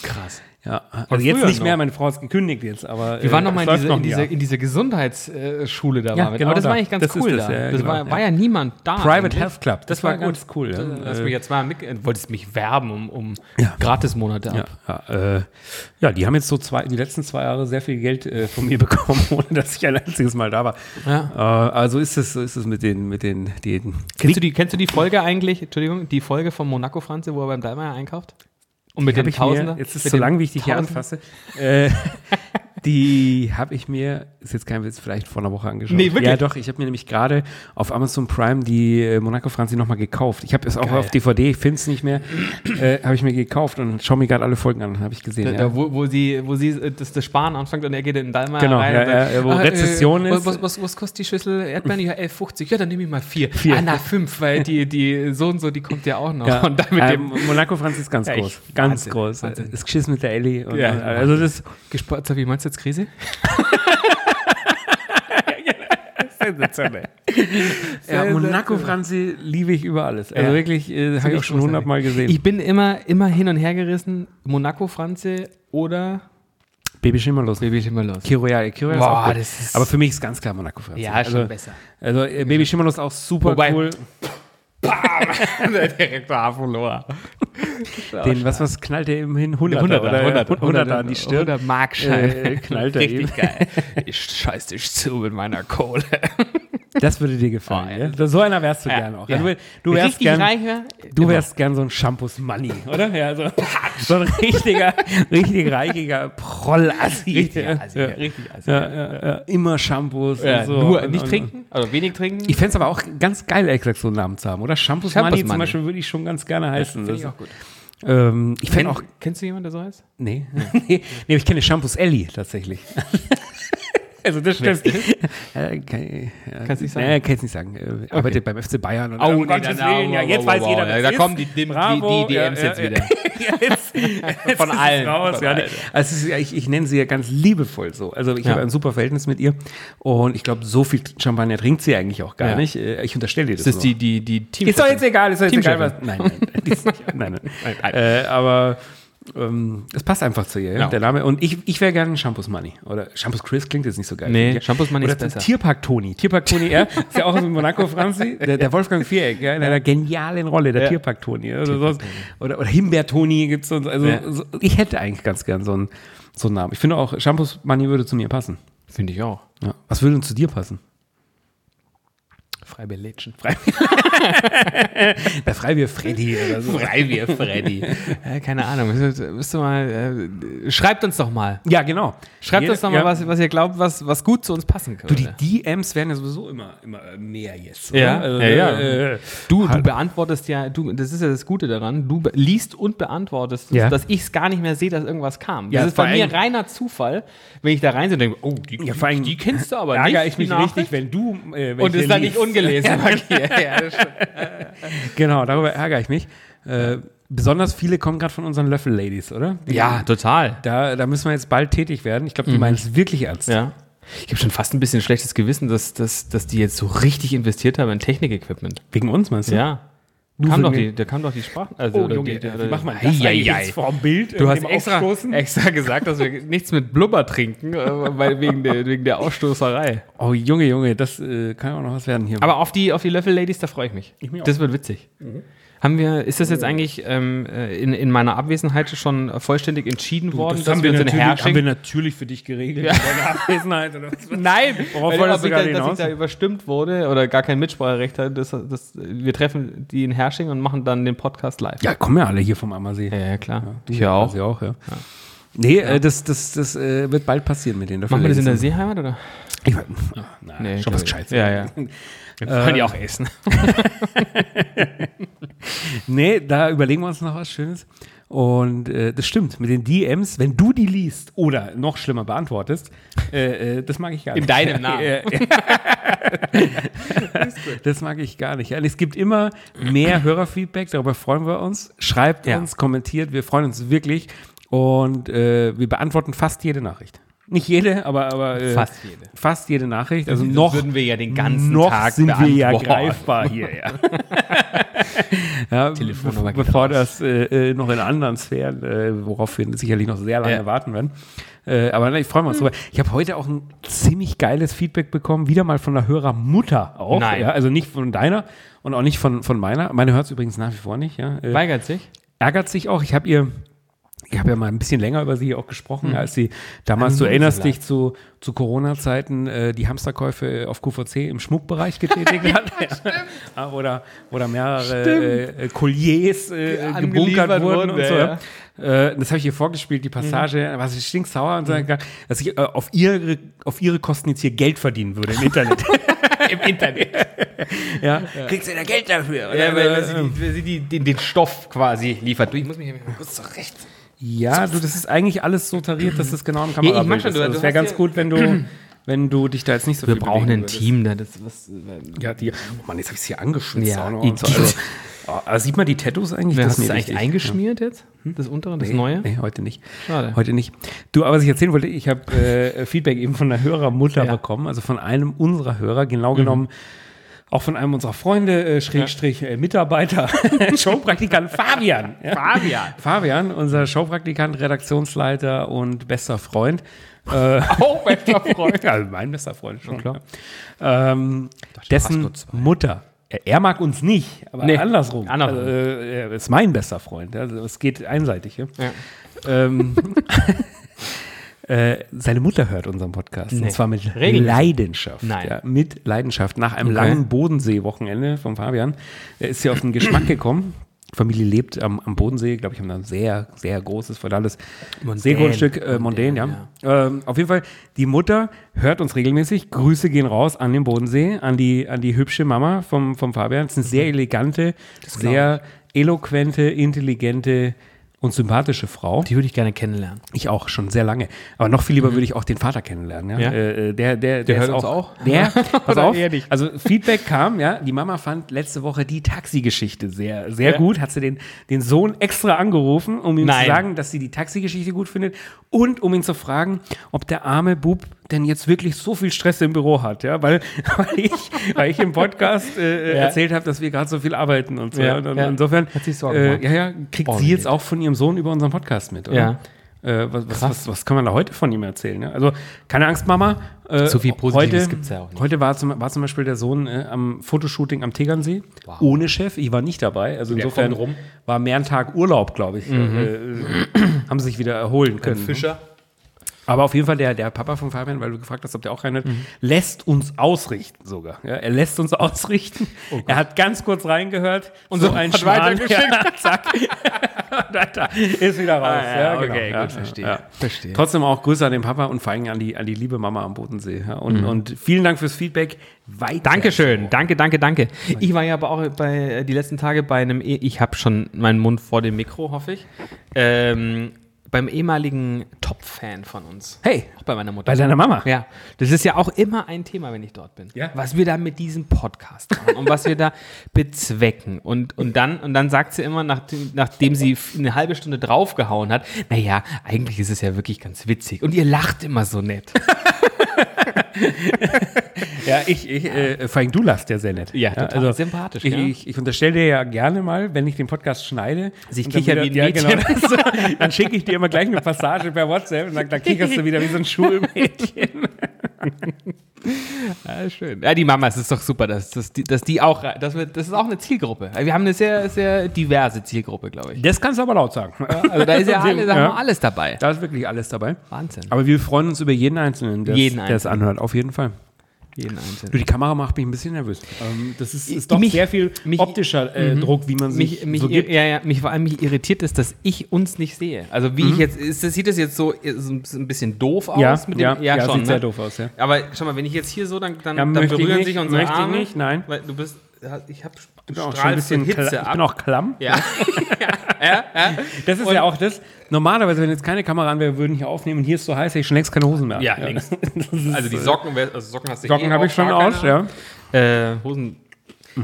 Speaker 2: Krass.
Speaker 1: ja. Also jetzt
Speaker 2: früher
Speaker 1: nicht mehr,
Speaker 2: noch.
Speaker 1: meine Frau ist gekündigt jetzt. Aber, äh,
Speaker 2: Wir waren noch mal in diese, in
Speaker 1: dieser
Speaker 2: diese, in diese Gesundheitsschule da.
Speaker 1: Ja,
Speaker 2: waren wir.
Speaker 1: genau
Speaker 2: Aber das
Speaker 1: da.
Speaker 2: war eigentlich ganz
Speaker 1: Das ist
Speaker 2: cool
Speaker 1: das,
Speaker 2: da.
Speaker 1: ja,
Speaker 2: das
Speaker 1: genau,
Speaker 2: war,
Speaker 1: ja.
Speaker 2: war ja niemand da.
Speaker 1: Private
Speaker 2: eigentlich.
Speaker 1: Health Club, Mhm. das
Speaker 2: Das, war,
Speaker 1: war
Speaker 2: gut.
Speaker 1: ganz cool, ja.
Speaker 2: Du hast
Speaker 1: Äh,
Speaker 2: mich jetzt mal mit, äh, wolltest mich werben um, um
Speaker 1: Ja.
Speaker 2: Gratismonate ab.
Speaker 1: Ja, ja, äh, ja, die haben jetzt so zwei, die letzten zwei Jahre sehr viel Geld äh, von mir bekommen, ohne dass ich ein einziges Mal da war.
Speaker 2: Ja.
Speaker 1: Äh, also ist es, so ist es mit den, mit den, den
Speaker 2: Kennst, du die, kennst du die Folge eigentlich, Entschuldigung, die Folge von Monaco Franze, wo er beim Dallmayr einkauft? Und mit
Speaker 1: Hab
Speaker 2: dem
Speaker 1: ich mir,
Speaker 2: Tausender?
Speaker 1: jetzt ist
Speaker 2: mit
Speaker 1: so
Speaker 2: dem
Speaker 1: lang, wie ich dich hier
Speaker 2: Tausender?
Speaker 1: anfasse. Äh, die habe ich mir, ist jetzt kein Witz, vielleicht vor einer Woche angeschaut.
Speaker 2: Nee, wirklich?
Speaker 1: Ja, doch, ich habe mir nämlich gerade auf Amazon Prime die äh, Monaco Franzi nochmal gekauft. Ich habe es auch
Speaker 2: Geil.
Speaker 1: auf DVD, ich finde es nicht mehr. Äh, habe ich mir gekauft und schaue mir gerade alle Folgen an, habe ich gesehen.
Speaker 2: Da,
Speaker 1: ja.
Speaker 2: da, wo, wo sie, wo sie äh, das, das Sparen anfängt und er geht in den Dallmayr
Speaker 1: Genau,
Speaker 2: rein.
Speaker 1: ja,
Speaker 2: und sagt,
Speaker 1: ja, ja, wo Rezession
Speaker 2: wa-
Speaker 1: ist.
Speaker 2: Was, was, was kostet die Schüssel Erdbeeren? Ja, 11,50. Ja, dann nehme ich mal vier.
Speaker 1: Vier.
Speaker 2: Ah, na, fünf, weil die, die so und so, die kommt ja auch noch.
Speaker 1: Ja,
Speaker 2: Und dann mit
Speaker 1: ähm,
Speaker 2: dem
Speaker 1: Monaco Franz ist ganz
Speaker 2: Ja, ich-
Speaker 1: groß. Ganz
Speaker 2: Wahnsinn,
Speaker 1: groß.
Speaker 2: Wahnsinn.
Speaker 1: Ist geschissen mit der Ellie. Und,
Speaker 2: Ja.
Speaker 1: und, also das ist
Speaker 2: Gespart, wie meinst du jetzt Krise?
Speaker 1: sensationell. ja, Monaco Franzi liebe ich über alles. Also
Speaker 2: Ja.
Speaker 1: wirklich, äh, habe ich auch schon hundertmal gesehen.
Speaker 2: Ich bin immer, immer hin und her gerissen. Monaco, Franze oder
Speaker 1: Baby Schimmerlos.
Speaker 2: Baby Schimmerlos.
Speaker 1: Kiroyal. Kiroyal ist
Speaker 2: Boah,
Speaker 1: auch gut.
Speaker 2: das ist-
Speaker 1: Aber für mich ist ganz klar Monaco Franzi.
Speaker 2: Ja,
Speaker 1: also,
Speaker 2: schon besser.
Speaker 1: Also äh, Baby Schimmerlos auch super
Speaker 2: Wobei-
Speaker 1: cool.
Speaker 2: Direktor Haveloa.
Speaker 1: Den, was, was knallt der eben hin? 100 an die Stirn.
Speaker 2: 100 Markschein.
Speaker 1: Äh, knallt er
Speaker 2: Richtig
Speaker 1: eben.
Speaker 2: geil. Ich scheiß dich zu mit meiner Kohle.
Speaker 1: Das würde dir gefallen.
Speaker 2: Oh, ja.
Speaker 1: ja? So einer wärst du
Speaker 2: Ja,
Speaker 1: gern auch.
Speaker 2: ja.
Speaker 1: Du, du wärst
Speaker 2: Richtig Genau.
Speaker 1: gern,
Speaker 2: reich wär-
Speaker 1: Du
Speaker 2: Immer.
Speaker 1: wärst gern so ein Shampoos Money, oder? Ja,
Speaker 2: also
Speaker 1: so, so ein richtiger, richtig reichiger Prollassi.
Speaker 2: Richtig
Speaker 1: ja. also
Speaker 2: assi,
Speaker 1: ja.
Speaker 2: richtig assi.
Speaker 1: Ja, ja, ja. Immer Shampoos.
Speaker 2: Ja,
Speaker 1: und also so.
Speaker 2: nur
Speaker 1: und,
Speaker 2: nicht
Speaker 1: und,
Speaker 2: trinken, also wenig trinken.
Speaker 1: Ich fände es aber auch ganz geil, exakt so einen Namen zu haben, oder? Shampoos,
Speaker 2: Shampoos
Speaker 1: Money zum
Speaker 2: Money.
Speaker 1: Beispiel würde ich schon ganz gerne heißen.
Speaker 2: Finde ich
Speaker 1: Das-
Speaker 2: auch gut.
Speaker 1: ähm, ich fände auch.
Speaker 2: Kennst du jemanden, der so heißt?
Speaker 1: Nee. nee, aber ich kenne Shampoos Ellie tatsächlich. also, das stimmt. Äh, kann, äh,
Speaker 2: Kannst nicht sagen.
Speaker 1: Nee, kann ich nicht sagen. Äh, arbeitet beim FC Bayern. Und,
Speaker 2: Oh,
Speaker 1: um
Speaker 2: nee,
Speaker 1: Gottes
Speaker 2: dann-
Speaker 1: Willen, ja,
Speaker 2: wow,
Speaker 1: jetzt
Speaker 2: wow,
Speaker 1: weiß
Speaker 2: wow,
Speaker 1: jeder,
Speaker 2: wow.
Speaker 1: wer
Speaker 2: Da
Speaker 1: es
Speaker 2: kommen
Speaker 1: ist.
Speaker 2: die- die- die-
Speaker 1: Bravo,
Speaker 2: die DMs jetzt wieder.
Speaker 1: Ja, jetzt, jetzt
Speaker 2: Von
Speaker 1: ist es
Speaker 2: allen,
Speaker 1: Raus,
Speaker 2: von
Speaker 1: ja, nee.
Speaker 2: allen.
Speaker 1: also, es ist ja- ich, ich nenne sie ja ganz liebevoll so. Also, ich
Speaker 2: Ja.
Speaker 1: habe ein super Verhältnis mit ihr. Und ich glaube, so viel Champagner trinkt sie eigentlich auch gar
Speaker 2: Ja.
Speaker 1: nicht. Äh, Ich unterstelle dir das.
Speaker 2: Das ist
Speaker 1: nur.
Speaker 2: die, die, die Team.
Speaker 1: Ist doch jetzt egal, ist doch jetzt egal, was.
Speaker 2: Teamchefin.
Speaker 1: Nein, nein, die ist nicht, nein, nein. Äh, aber ähm, es passt einfach zu ihr, ja?
Speaker 2: Ja.
Speaker 1: der Name. Und ich, ich wäre gerne Shampoos Money. Oder Shampoos Chris klingt jetzt nicht so geil.
Speaker 2: Nee,
Speaker 1: finde ich.
Speaker 2: Shampoos Money
Speaker 1: Oder
Speaker 2: ist
Speaker 1: zum
Speaker 2: besser.
Speaker 1: Tierpark Toni. Tierpark Toni, er ist ja auch aus dem Monaco Franzi. Der, der Wolfgang Viereck, ja, in einer genialen Rolle, der
Speaker 2: Ja.
Speaker 1: Tierpark Toni. Oder, sowas. oder, oder Himbeer Toni gibt es. Also,
Speaker 2: Ja.
Speaker 1: so, ich hätte eigentlich ganz gern so einen, so einen Namen. Ich finde auch, Shampoos Money würde zu mir passen.
Speaker 2: Finde ich auch.
Speaker 1: Ja. Was würde denn zu dir passen?
Speaker 2: Freibier-Lädchen.
Speaker 1: Bei Freibier Freddy oder so.
Speaker 2: Freibier-Freddy. äh, keine Ahnung. Müsst, müsst ihr mal, äh, schreibt uns doch mal.
Speaker 1: Ja, genau.
Speaker 2: Schreibt
Speaker 1: Jeder-
Speaker 2: uns doch mal,
Speaker 1: ja.
Speaker 2: was, was ihr glaubt, was, was gut zu uns passen könnte.
Speaker 1: Du, die DMs werden ja sowieso immer, immer mehr jetzt. oder?
Speaker 2: Ja,
Speaker 1: also,
Speaker 2: ja, ja.
Speaker 1: Äh,
Speaker 2: du, du beantwortest ja, du, das ist ja das Gute daran, du be- liest und beantwortest,
Speaker 1: Ja.
Speaker 2: dass ich es gar nicht mehr sehe, dass irgendwas kam. Das
Speaker 1: Ja,
Speaker 2: ist
Speaker 1: vor
Speaker 2: bei mir
Speaker 1: allem-
Speaker 2: reiner Zufall, wenn ich da rein so denke, oh, die,
Speaker 1: Ja, vor allem
Speaker 2: die kennst du aber nicht.
Speaker 1: ärgere ich
Speaker 2: die
Speaker 1: mich
Speaker 2: Nachricht.
Speaker 1: richtig, wenn du. Äh, wenn
Speaker 2: Und
Speaker 1: ich
Speaker 2: ist
Speaker 1: dir
Speaker 2: dann nicht
Speaker 1: liest.
Speaker 2: ungelesen. ja, ja, das stimmt.
Speaker 1: Genau, darüber ärgere ich mich. Äh, besonders viele kommen gerade von unseren Löffel-Ladies, oder? Die-
Speaker 2: ja, total.
Speaker 1: Da, da müssen wir jetzt bald tätig werden. Ich glaube, die meinen es wirklich ernst.
Speaker 2: Ja. Ich habe schon fast ein bisschen schlechtes Gewissen, dass, dass, dass die jetzt so richtig investiert haben in Technik-Equipment.
Speaker 1: Wegen uns, meinst du?
Speaker 2: Ja. Kam
Speaker 1: von
Speaker 2: doch
Speaker 1: mir.
Speaker 2: die, da kam doch die Sprache. Also,
Speaker 1: Oh,
Speaker 2: oder
Speaker 1: Junge,
Speaker 2: die, die,
Speaker 1: äh,
Speaker 2: oder-
Speaker 1: wie macht man das
Speaker 2: Eieiei.
Speaker 1: eigentlich jetzt vorm Bild?
Speaker 2: Du hast
Speaker 1: Dem
Speaker 2: extra,
Speaker 1: Aufstoßen?
Speaker 2: extra gesagt, dass wir nichts mit Blubber trinken, äh, weil wegen, der, wegen der Ausstoßerei.
Speaker 1: Oh, Junge, Junge, das äh, kann auch noch was werden hier.
Speaker 2: Aber auf die, auf die Löffel-Ladies, da freue ich mich.
Speaker 1: Ich mich auch. Mhm.
Speaker 2: das wird witzig. Haben wir, ist das jetzt eigentlich ähm, äh, in, in meiner Abwesenheit schon vollständig entschieden worden,
Speaker 1: das haben wir,
Speaker 2: uns in den Herr
Speaker 1: natürlich, haben
Speaker 2: schicken?
Speaker 1: wir natürlich für dich geregelt. Deine Abwesenheit oder was?
Speaker 2: Nein,
Speaker 1: Worauf
Speaker 2: weil
Speaker 1: wolltest
Speaker 2: ob
Speaker 1: du
Speaker 2: ich,
Speaker 1: gerade
Speaker 2: da, dass
Speaker 1: hinaus?
Speaker 2: ich da überstimmt wurde oder gar kein Mitspracherecht hatte. Das, das, wir treffen die in Hersching und machen dann den Podcast live.
Speaker 1: Ja, kommen ja alle hier vom Ammersee.
Speaker 2: ja, ja, klar. ich ja auch.
Speaker 1: Sie auch, ja. Nee, äh, das, das, das äh, wird bald passieren mit denen.
Speaker 2: Machen wir das in der Seeheimat oder?
Speaker 1: Ich mein, na,
Speaker 2: Nee,
Speaker 1: schon was
Speaker 2: glaub ich.
Speaker 1: Gescheites.
Speaker 2: Ja, ja. Wir wollen die
Speaker 1: Äh,
Speaker 2: auch essen.
Speaker 1: Nee, da überlegen wir uns noch was Schönes. Und äh, das stimmt, mit den DMs, wenn du die liest oder noch schlimmer beantwortest, äh, äh, das mag ich gar nicht.
Speaker 2: In deinem Namen.
Speaker 1: Äh, äh, das mag ich gar nicht. Also, es gibt immer mehr Hörerfeedback, darüber freuen wir uns. Schreibt
Speaker 2: Ja.
Speaker 1: uns, kommentiert, wir freuen uns wirklich. Und äh, wir beantworten fast jede Nachricht. Nicht jede, aber, aber äh,
Speaker 2: Fast jede.
Speaker 1: Fast jede Nachricht. Also
Speaker 2: Sonst
Speaker 1: noch
Speaker 2: würden wir ja den ganzen
Speaker 1: noch
Speaker 2: Tag
Speaker 1: sind wir ja
Speaker 2: beantworten.
Speaker 1: greifbar hier, ja. ja
Speaker 2: Telefonnummer
Speaker 1: be
Speaker 2: geht
Speaker 1: bevor
Speaker 2: raus.
Speaker 1: das äh, äh, noch in anderen Sphären, äh, worauf wir sicherlich noch sehr lange
Speaker 2: Ja.
Speaker 1: warten werden. Äh, aber nein, ich freue mich drüber. Ich habe heute auch ein ziemlich geiles Feedback bekommen, wieder mal von der Hörermutter auch.
Speaker 2: Nein.
Speaker 1: Ja, also nicht von deiner und auch nicht von, von meiner. Meine hört es übrigens nach wie vor nicht. Ja. Äh,
Speaker 2: Weigert sich?
Speaker 1: ärgert sich auch. Ich habe ihr, ich habe ja mal ein bisschen länger über sie auch gesprochen,
Speaker 2: Hm.
Speaker 1: als sie damals, du erinnerst dich zu, zu Corona-Zeiten, äh, die Hamsterkäufe auf QVC im Schmuckbereich getätigt hat. Ja. Oder, oder mehrere äh, äh, Colliers äh,
Speaker 2: Ja,
Speaker 1: gebunkert
Speaker 2: angeliefert
Speaker 1: wurden, und
Speaker 2: wurden, ja,
Speaker 1: so.
Speaker 2: ja. Mhm.
Speaker 1: Äh, das habe ich ihr vorgespielt, die Passage, da war sie stinksauer und so, dass ich äh, auf, ihre, auf ihre Kosten jetzt hier Geld verdienen würde im Internet.
Speaker 2: Im Internet.
Speaker 1: ja. Kriegst du da Geld dafür? Oder?
Speaker 2: Ja, weil, weil
Speaker 1: Äh,
Speaker 2: sie, die- weil sie die, den, den Stoff quasi liefert. Du, ich muss mich mal kurz zurecht.
Speaker 1: Ja, du, das ist eigentlich alles so tariert, dass das genau im
Speaker 2: ich
Speaker 1: Kamerabild
Speaker 2: mach schon,
Speaker 1: ist.
Speaker 2: du-
Speaker 1: Also
Speaker 2: du
Speaker 1: es wäre
Speaker 2: hast
Speaker 1: ganz
Speaker 2: hier-
Speaker 1: gut, wenn du, wenn du dich da jetzt nicht so
Speaker 2: Wir
Speaker 1: viel
Speaker 2: brauchen
Speaker 1: bewegen
Speaker 2: ein
Speaker 1: würdest.
Speaker 2: Team, da das was. äh,
Speaker 1: Ja, die, oh Mann, jetzt habe ich es hier angeschwitzt.
Speaker 2: Ja,
Speaker 1: auch noch und so.
Speaker 2: Idiot.
Speaker 1: also, oh, aber sieht man die Tattoos eigentlich?
Speaker 2: Hast du
Speaker 1: ist
Speaker 2: es
Speaker 1: mir
Speaker 2: eigentlich
Speaker 1: wichtig.
Speaker 2: eingeschmiert jetzt? Hm? Das untere, das
Speaker 1: Nee,
Speaker 2: neue?
Speaker 1: Nee, heute nicht.
Speaker 2: Schade.
Speaker 1: Heute nicht. Du, aber was ich erzählen wollte, ich habe äh, Feedback eben von einer Hörermutter
Speaker 2: Ja. Mhm.
Speaker 1: bekommen, also von einem unserer Hörer, genau genommen auch von einem unserer Freunde, äh, Schrägstrich, äh, Mitarbeiter, Showpraktikant Fabian. Ja.
Speaker 2: Fabian.
Speaker 1: Fabian, unser Showpraktikant, Redaktionsleiter und bester Freund.
Speaker 2: Auch bester Freund.
Speaker 1: Ja, mein bester Freund schon, klar. Ähm, dessen Mutter. Er, er mag uns nicht, aber
Speaker 2: Nee,
Speaker 1: andersrum.
Speaker 2: andersrum.
Speaker 1: Also, äh, er ist mein bester Freund. Also es geht einseitig. Ja?
Speaker 2: Ja.
Speaker 1: Ähm, äh, seine Mutter hört unseren Podcast.
Speaker 2: Nee.
Speaker 1: Und zwar mit
Speaker 2: Regelmäßig.
Speaker 1: Leidenschaft.
Speaker 2: Nein.
Speaker 1: Ja, mit Leidenschaft. Nach einem langen Bodensee-Wochenende von Fabian äh, ist sie auf den Geschmack gekommen. Familie lebt am, am Bodensee, glaube ich, haben da ein sehr, sehr großes, feudales Seegrundstück, äh, Mondän, ja. Ähm, auf jeden Fall, die Mutter hört uns regelmäßig. Grüße gehen raus an den Bodensee, an die, an die hübsche Mama vom, vom Fabian. Es ist eine sehr elegante, sehr eloquente, intelligente und sympathische Frau.
Speaker 2: Die würde ich gerne kennenlernen.
Speaker 1: Ich auch, schon sehr lange. Aber noch viel lieber würde ich auch den Vater kennenlernen. Ja?
Speaker 2: Mhm. Ja.
Speaker 1: Äh, äh, der, der, der,
Speaker 2: hört
Speaker 1: ist
Speaker 2: uns
Speaker 1: auch.
Speaker 2: auch?
Speaker 1: Der, pass
Speaker 2: Oder
Speaker 1: auf,
Speaker 2: eher nicht?
Speaker 1: also Feedback kam, ja, die Mama fand letzte Woche die Taxigeschichte sehr, sehr
Speaker 2: Ja.
Speaker 1: gut. Hat sie den, den Sohn extra angerufen, um ihm
Speaker 2: Nein.
Speaker 1: zu sagen, dass sie die Taxigeschichte gut findet und um ihn zu fragen, ob der arme Bub denn jetzt wirklich so viel Stress im Büro hat, ja, weil, weil, ich, weil ich im Podcast äh, äh,
Speaker 2: Ja.
Speaker 1: erzählt habe, dass wir gerade so viel arbeiten und so.
Speaker 2: Ja,
Speaker 1: Ja, und,
Speaker 2: ja.
Speaker 1: Insofern
Speaker 2: Hat sich Sorgen
Speaker 1: äh,
Speaker 2: gemacht.
Speaker 1: ja, ja, kriegt sie jetzt auch von ihrem Sohn über unseren Podcast mit, oder?
Speaker 2: Ja.
Speaker 1: Äh, was, was, was, was kann man da heute von ihm erzählen? Ne? Also keine Angst, Mama. Äh,
Speaker 2: So viel Positives
Speaker 1: heute-
Speaker 2: gibt's ja auch nicht.
Speaker 1: Heute war zum, war zum Beispiel der Sohn äh, am Fotoshooting am Tegernsee ohne Chef. Ich war nicht dabei. Also insofern
Speaker 2: kommt rum? Mhm.
Speaker 1: war mehr ein Tag Urlaub, glaube ich. Äh, äh, haben sie sich wieder erholen können.
Speaker 2: Fischer.
Speaker 1: Aber auf jeden Fall der, der Papa von Fabian, weil du gefragt hast, ob der auch reinhört,
Speaker 2: Mhm.
Speaker 1: lässt uns ausrichten sogar. Ja, er lässt uns ausrichten. er hat ganz kurz reingehört und so ein
Speaker 2: Oh hat
Speaker 1: Schwan,
Speaker 2: weitergeschickt.
Speaker 1: Ja, zack. und weiter. Ist wieder raus.
Speaker 2: Ah, ja,
Speaker 1: ja, genau.
Speaker 2: okay, gut,
Speaker 1: ja, ja,
Speaker 2: verstehe.
Speaker 1: Ja.
Speaker 2: Verstehe.
Speaker 1: Trotzdem auch Grüße an den Papa und vor allem an die, an die liebe Mama am Bodensee. Ja. Und, und vielen Dank fürs Feedback. Weiter.
Speaker 2: Mhm. Dankeschön, danke, danke, danke. Ich war ja aber auch bei äh, die letzten Tage bei einem, e ich habe schon meinen Mund vor dem Mikro, hoffe ich, ähm, beim ehemaligen Top-Fan von uns.
Speaker 1: Hey,
Speaker 2: Auch bei meiner Mutter.
Speaker 1: bei deiner Mama.
Speaker 2: ja, das ist ja auch immer ein Thema, wenn ich dort bin.
Speaker 1: Ja.
Speaker 2: Was wir da mit diesem Podcast machen und was wir da bezwecken. Und, und, dann, und dann sagt sie immer, nachdem, nachdem sie f- eine halbe Stunde draufgehauen hat, naja, eigentlich ist es ja wirklich ganz witzig. Und ihr lacht immer so nett.
Speaker 1: Ja, ich, ich äh, vor allem du lachst ja sehr nett.
Speaker 2: Ja, total sympathisch,
Speaker 1: Ich,
Speaker 2: ja.
Speaker 1: ich, ich unterstelle dir ja gerne mal, wenn ich den Podcast schneide.
Speaker 2: Sich
Speaker 1: und dann
Speaker 2: kichern
Speaker 1: wieder-
Speaker 2: wie ein
Speaker 1: ja, genau, so, Dann schicke ich dir immer gleich eine Passage per WhatsApp und dann, dann kicherst du wieder wie so ein Schulmädchen.
Speaker 2: Ja, Ah, schön. Ja, die Mamas ist doch super, dass, dass, die, dass die auch, rei- dass wir, das ist auch eine Zielgruppe. Also Wir haben eine sehr, sehr diverse Zielgruppe, glaube ich.
Speaker 1: Das kannst du aber laut sagen.
Speaker 2: Also da ist ja, alle, sagen wir mal,
Speaker 1: ja.
Speaker 2: alles dabei.
Speaker 1: Da ist wirklich alles dabei.
Speaker 2: Wahnsinn.
Speaker 1: Aber wir freuen uns über jeden Einzelnen, der
Speaker 2: Jeden
Speaker 1: es- der es anhört, auf jeden Fall.
Speaker 2: Jeden einzelnen.
Speaker 1: Du, die Kamera macht mich ein bisschen nervös. Ähm, das ist, ist
Speaker 2: Ich-
Speaker 1: doch
Speaker 2: mich-
Speaker 1: sehr viel
Speaker 2: mich- mhm.
Speaker 1: optischer äh, Druck, wie man sich
Speaker 2: Mich, mich,
Speaker 1: so
Speaker 2: ir-
Speaker 1: gibt.
Speaker 2: ja, ja, mich vor allem mich irritiert es, dass ich uns nicht sehe. Also wie ich jetzt, ist, das- sieht das jetzt so ist ein bisschen doof aus? mit dem, schon,
Speaker 1: sieht
Speaker 2: ne?
Speaker 1: sehr doof aus, ja.
Speaker 2: Aber schau mal, wenn ich jetzt hier so, dann, dann,
Speaker 1: Ja,
Speaker 2: dann
Speaker 1: möchte ich
Speaker 2: berühren
Speaker 1: nicht,
Speaker 2: sich unsere
Speaker 1: möchte ich
Speaker 2: Arme.
Speaker 1: nicht, nein.
Speaker 2: Weil du bist, ich hab, du
Speaker 1: Ich bin auch Genau, schon ein
Speaker 2: strahlst so
Speaker 1: bisschen
Speaker 2: Hitze
Speaker 1: kla- ich
Speaker 2: ab.
Speaker 1: bin auch klamm.
Speaker 2: ja. ja, ja,
Speaker 1: Das ist
Speaker 2: Und-
Speaker 1: ja auch das. Normalerweise, wenn jetzt keine Kamera an wäre, wir würden hier aufnehmen und hier ist so heiß, hätte ich schon längst keine Hosen mehr. an.
Speaker 2: Ja, längst.
Speaker 1: Das ist-
Speaker 2: Also die Socken, wär- also Socken hast du
Speaker 1: Socken
Speaker 2: eh
Speaker 1: habe
Speaker 2: auch
Speaker 1: ich schon
Speaker 2: gar
Speaker 1: aus,
Speaker 2: keine.
Speaker 1: ja.
Speaker 2: Äh, Hosen.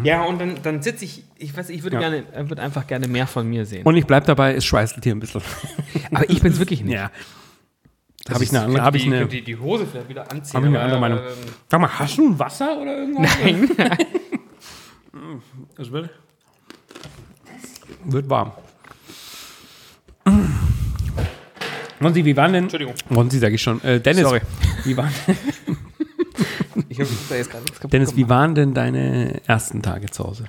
Speaker 2: Ja, und dann, dann sitze ich, ich weiß, ich würde
Speaker 1: Mhm. Ja.
Speaker 2: gerne, ich würde einfach gerne mehr von mir sehen.
Speaker 1: Und ich bleib dabei, es schweißelt hier ein bisschen.
Speaker 2: aber ich bin es wirklich
Speaker 1: ja. Habe ich eine andere, habe ich
Speaker 2: die,
Speaker 1: eine,
Speaker 2: die, die Hose vielleicht wieder anziehen.
Speaker 1: hab ich eine
Speaker 2: aber,
Speaker 1: andere Meinung.
Speaker 2: ähm,
Speaker 1: Sag mal, hast du ein Wasser oder irgendwas?
Speaker 2: Nein.
Speaker 1: Es wird, wird warm. Monsi, wie waren denn?
Speaker 2: Entschuldigung.
Speaker 1: Monsi, sage ich schon. Äh, Dennis,
Speaker 2: Sorry.
Speaker 1: Wie waren,
Speaker 2: Ich habe da jetzt gerade nichts kaputt
Speaker 1: Dennis,
Speaker 2: gemacht.
Speaker 1: wie waren denn deine ersten Tage zu Hause?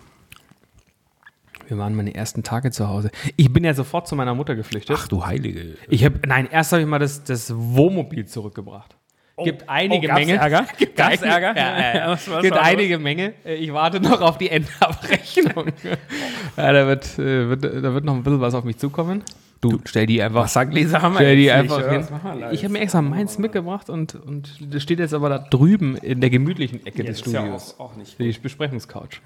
Speaker 2: Wir waren meine ersten Tage zu Hause. Ich bin ja sofort zu meiner Mutter geflüchtet.
Speaker 1: Ach du Heilige.
Speaker 2: Ich habe, nein, erst habe ich mal das, das Wohnmobil zurückgebracht. gibt
Speaker 1: Oh,
Speaker 2: einige
Speaker 1: gab's
Speaker 2: Menge.
Speaker 1: Ärger?
Speaker 2: Gibt
Speaker 1: Gab's
Speaker 2: einige-
Speaker 1: Ärger?
Speaker 2: Ja, ja, ja.
Speaker 1: Was- was
Speaker 2: gibt
Speaker 1: war los?
Speaker 2: einige Menge. Äh, Ich warte noch auf die Endabrechnung. ja, da wird, äh, wird, da wird noch ein bisschen was auf mich zukommen. Du, stell die einfach.
Speaker 1: Wassergläser haben wir
Speaker 2: Stell die
Speaker 1: jetzt
Speaker 2: einfach
Speaker 1: oder?
Speaker 2: hin.
Speaker 1: Was machen wir da
Speaker 2: Ich
Speaker 1: jetzt?
Speaker 2: habe mir extra meins mitgebracht und, und das steht jetzt aber da drüben in der gemütlichen Ecke des
Speaker 1: das ist ja
Speaker 2: Studios.
Speaker 1: auch- auch nicht
Speaker 2: Die Besprechungscouch.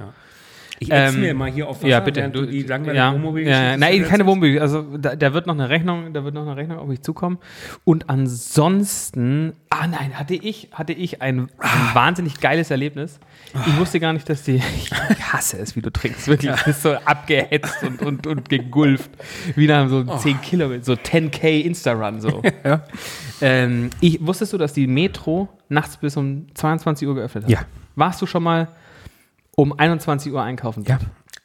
Speaker 1: Ich
Speaker 2: Ähm,
Speaker 1: hier auf
Speaker 2: Ja, bitte.
Speaker 1: während du die langweilige
Speaker 2: ja,
Speaker 1: Wohnmobil-
Speaker 2: ja, ja. Nein,
Speaker 1: Geschichte
Speaker 2: keine Wohnmobil. Also da, da wird noch eine Rechnung, da wird noch eine Rechnung auf mich zukommen. Und ansonsten, ah nein, hatte ich, hatte ich ein,
Speaker 1: Ah.
Speaker 2: ein wahnsinnig geiles Erlebnis. Ich wusste gar nicht, dass die. Ich hasse es, wie du trinkst. Wirklich, du bist so abgehetzt und, und, und gegulft. Wie nach so
Speaker 1: Oh.
Speaker 2: 10 Kilometer, so 10K Insta-Run. So. ähm, ich, wusstest du, dass die Metro nachts bis um 22 Uhr geöffnet hat?
Speaker 1: Ja.
Speaker 2: Warst du schon mal um 21 Uhr einkaufen?
Speaker 1: Ja.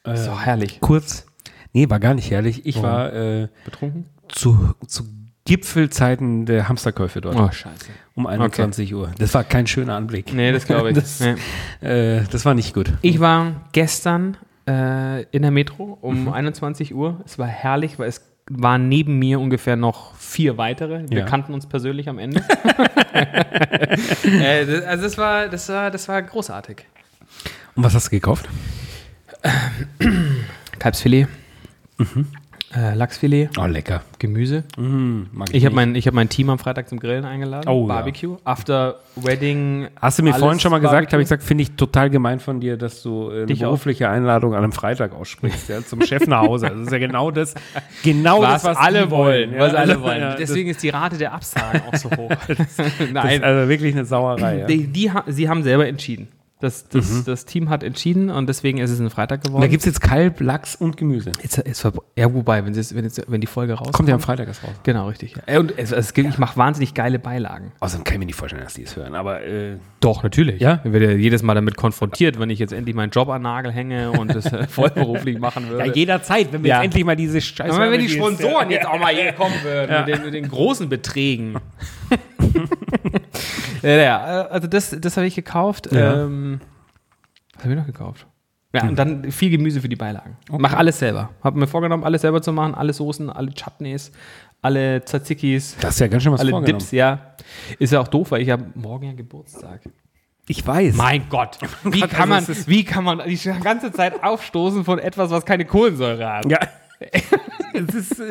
Speaker 1: Äh,
Speaker 2: So herrlich.
Speaker 1: Kurz. Nee, war gar nicht herrlich. Ich war äh,
Speaker 2: Betrunken?
Speaker 1: zu, zu Gipfelzeiten der Hamsterkäufe dort.
Speaker 2: Oh, scheiße.
Speaker 1: Um 21 Uhr. Das war kein schöner Anblick.
Speaker 2: Nee, das glaube ich.
Speaker 1: Das-
Speaker 2: nee.
Speaker 1: Äh, das war nicht gut.
Speaker 2: Ich war gestern äh, in der Metro um 21 Uhr. Es war herrlich, weil es waren neben mir ungefähr noch vier weitere. Wir
Speaker 1: Ja.
Speaker 2: kannten uns persönlich am Ende. äh, das, also das war, das war, das war großartig.
Speaker 1: Und was hast du gekauft?
Speaker 2: Kalbsfilet, äh, Lachsfilet,
Speaker 1: Oh, lecker.
Speaker 2: Gemüse.
Speaker 1: Mag
Speaker 2: Ich habe mein, ich hab mein Team am Freitag zum Grillen eingeladen.
Speaker 1: Oh, ja.
Speaker 2: Barbecue. After Wedding.
Speaker 1: Hast du mir
Speaker 2: alles
Speaker 1: vorhin schon mal gesagt,
Speaker 2: Barbecue.
Speaker 1: habe ich gesagt, finde ich total gemein von dir, dass du äh, eine
Speaker 2: Dich auch.
Speaker 1: berufliche Einladung an einem Freitag aussprichst, ja, zum Chef nach Hause. Das ist ja genau das, genau
Speaker 2: was,
Speaker 1: das, was
Speaker 2: alle
Speaker 1: die
Speaker 2: wollen.
Speaker 1: ja.
Speaker 2: was alle
Speaker 1: Also,
Speaker 2: wollen.
Speaker 1: ja,
Speaker 2: Deswegen ist die Rate der Absagen auch so hoch.
Speaker 1: das, das ist
Speaker 2: Nein,
Speaker 1: also wirklich eine Sauerei. Ja.
Speaker 2: die, die, ha- sie haben selber entschieden. Das, das, das Team hat entschieden und deswegen ist es ein Freitag geworden.
Speaker 1: Da gibt es jetzt Kalb, Lachs und Gemüse.
Speaker 2: jetzt, jetzt, verb- ja, wobei, wenn, sie es- wenn, jetzt, wenn die Folge rauskommt.
Speaker 1: Kommt ja am Freitag erst raus.
Speaker 2: Genau, richtig. Ja. Und es, es gibt, ich mache wahnsinnig geile Beilagen.
Speaker 1: Außerdem kann ich mir nicht vorstellen, dass die es hören, aber äh,
Speaker 2: Doch, natürlich.
Speaker 1: Ja?
Speaker 2: Ich werde ja jedes Mal damit konfrontiert, wenn ich jetzt endlich meinen Job an den Nagel hänge und das äh, vollberuflich machen würde.
Speaker 1: ja, jederzeit, wenn wir
Speaker 2: Ja.
Speaker 1: jetzt endlich mal diese Scheiße.
Speaker 2: Aber wenn die Sponsoren jetzt auch mal hier kommen würden, mit, den, mit den großen Beträgen. ja, ja, äh, also das, das habe ich gekauft.
Speaker 1: Ja.
Speaker 2: Ähm, was habe ich noch gekauft? Ja, und dann viel Gemüse für die Beilagen. Mach alles selber. Habe mir vorgenommen, alles selber zu machen. Alle Soßen, alle Chutneys, alle Tzatzikis,
Speaker 1: Das ist ja ganz schön was
Speaker 2: alle
Speaker 1: vorgenommen.
Speaker 2: Dips, ja. Ist ja auch doof, weil ich habe morgen ja Geburtstag.
Speaker 1: Ich weiß.
Speaker 2: Mein Gott, wie
Speaker 1: Gott,
Speaker 2: kann man,
Speaker 1: also es ist-
Speaker 2: wie kann man die ganze Zeit aufstoßen von etwas, was keine Kohlensäure hat?
Speaker 1: Ja. es ist äh,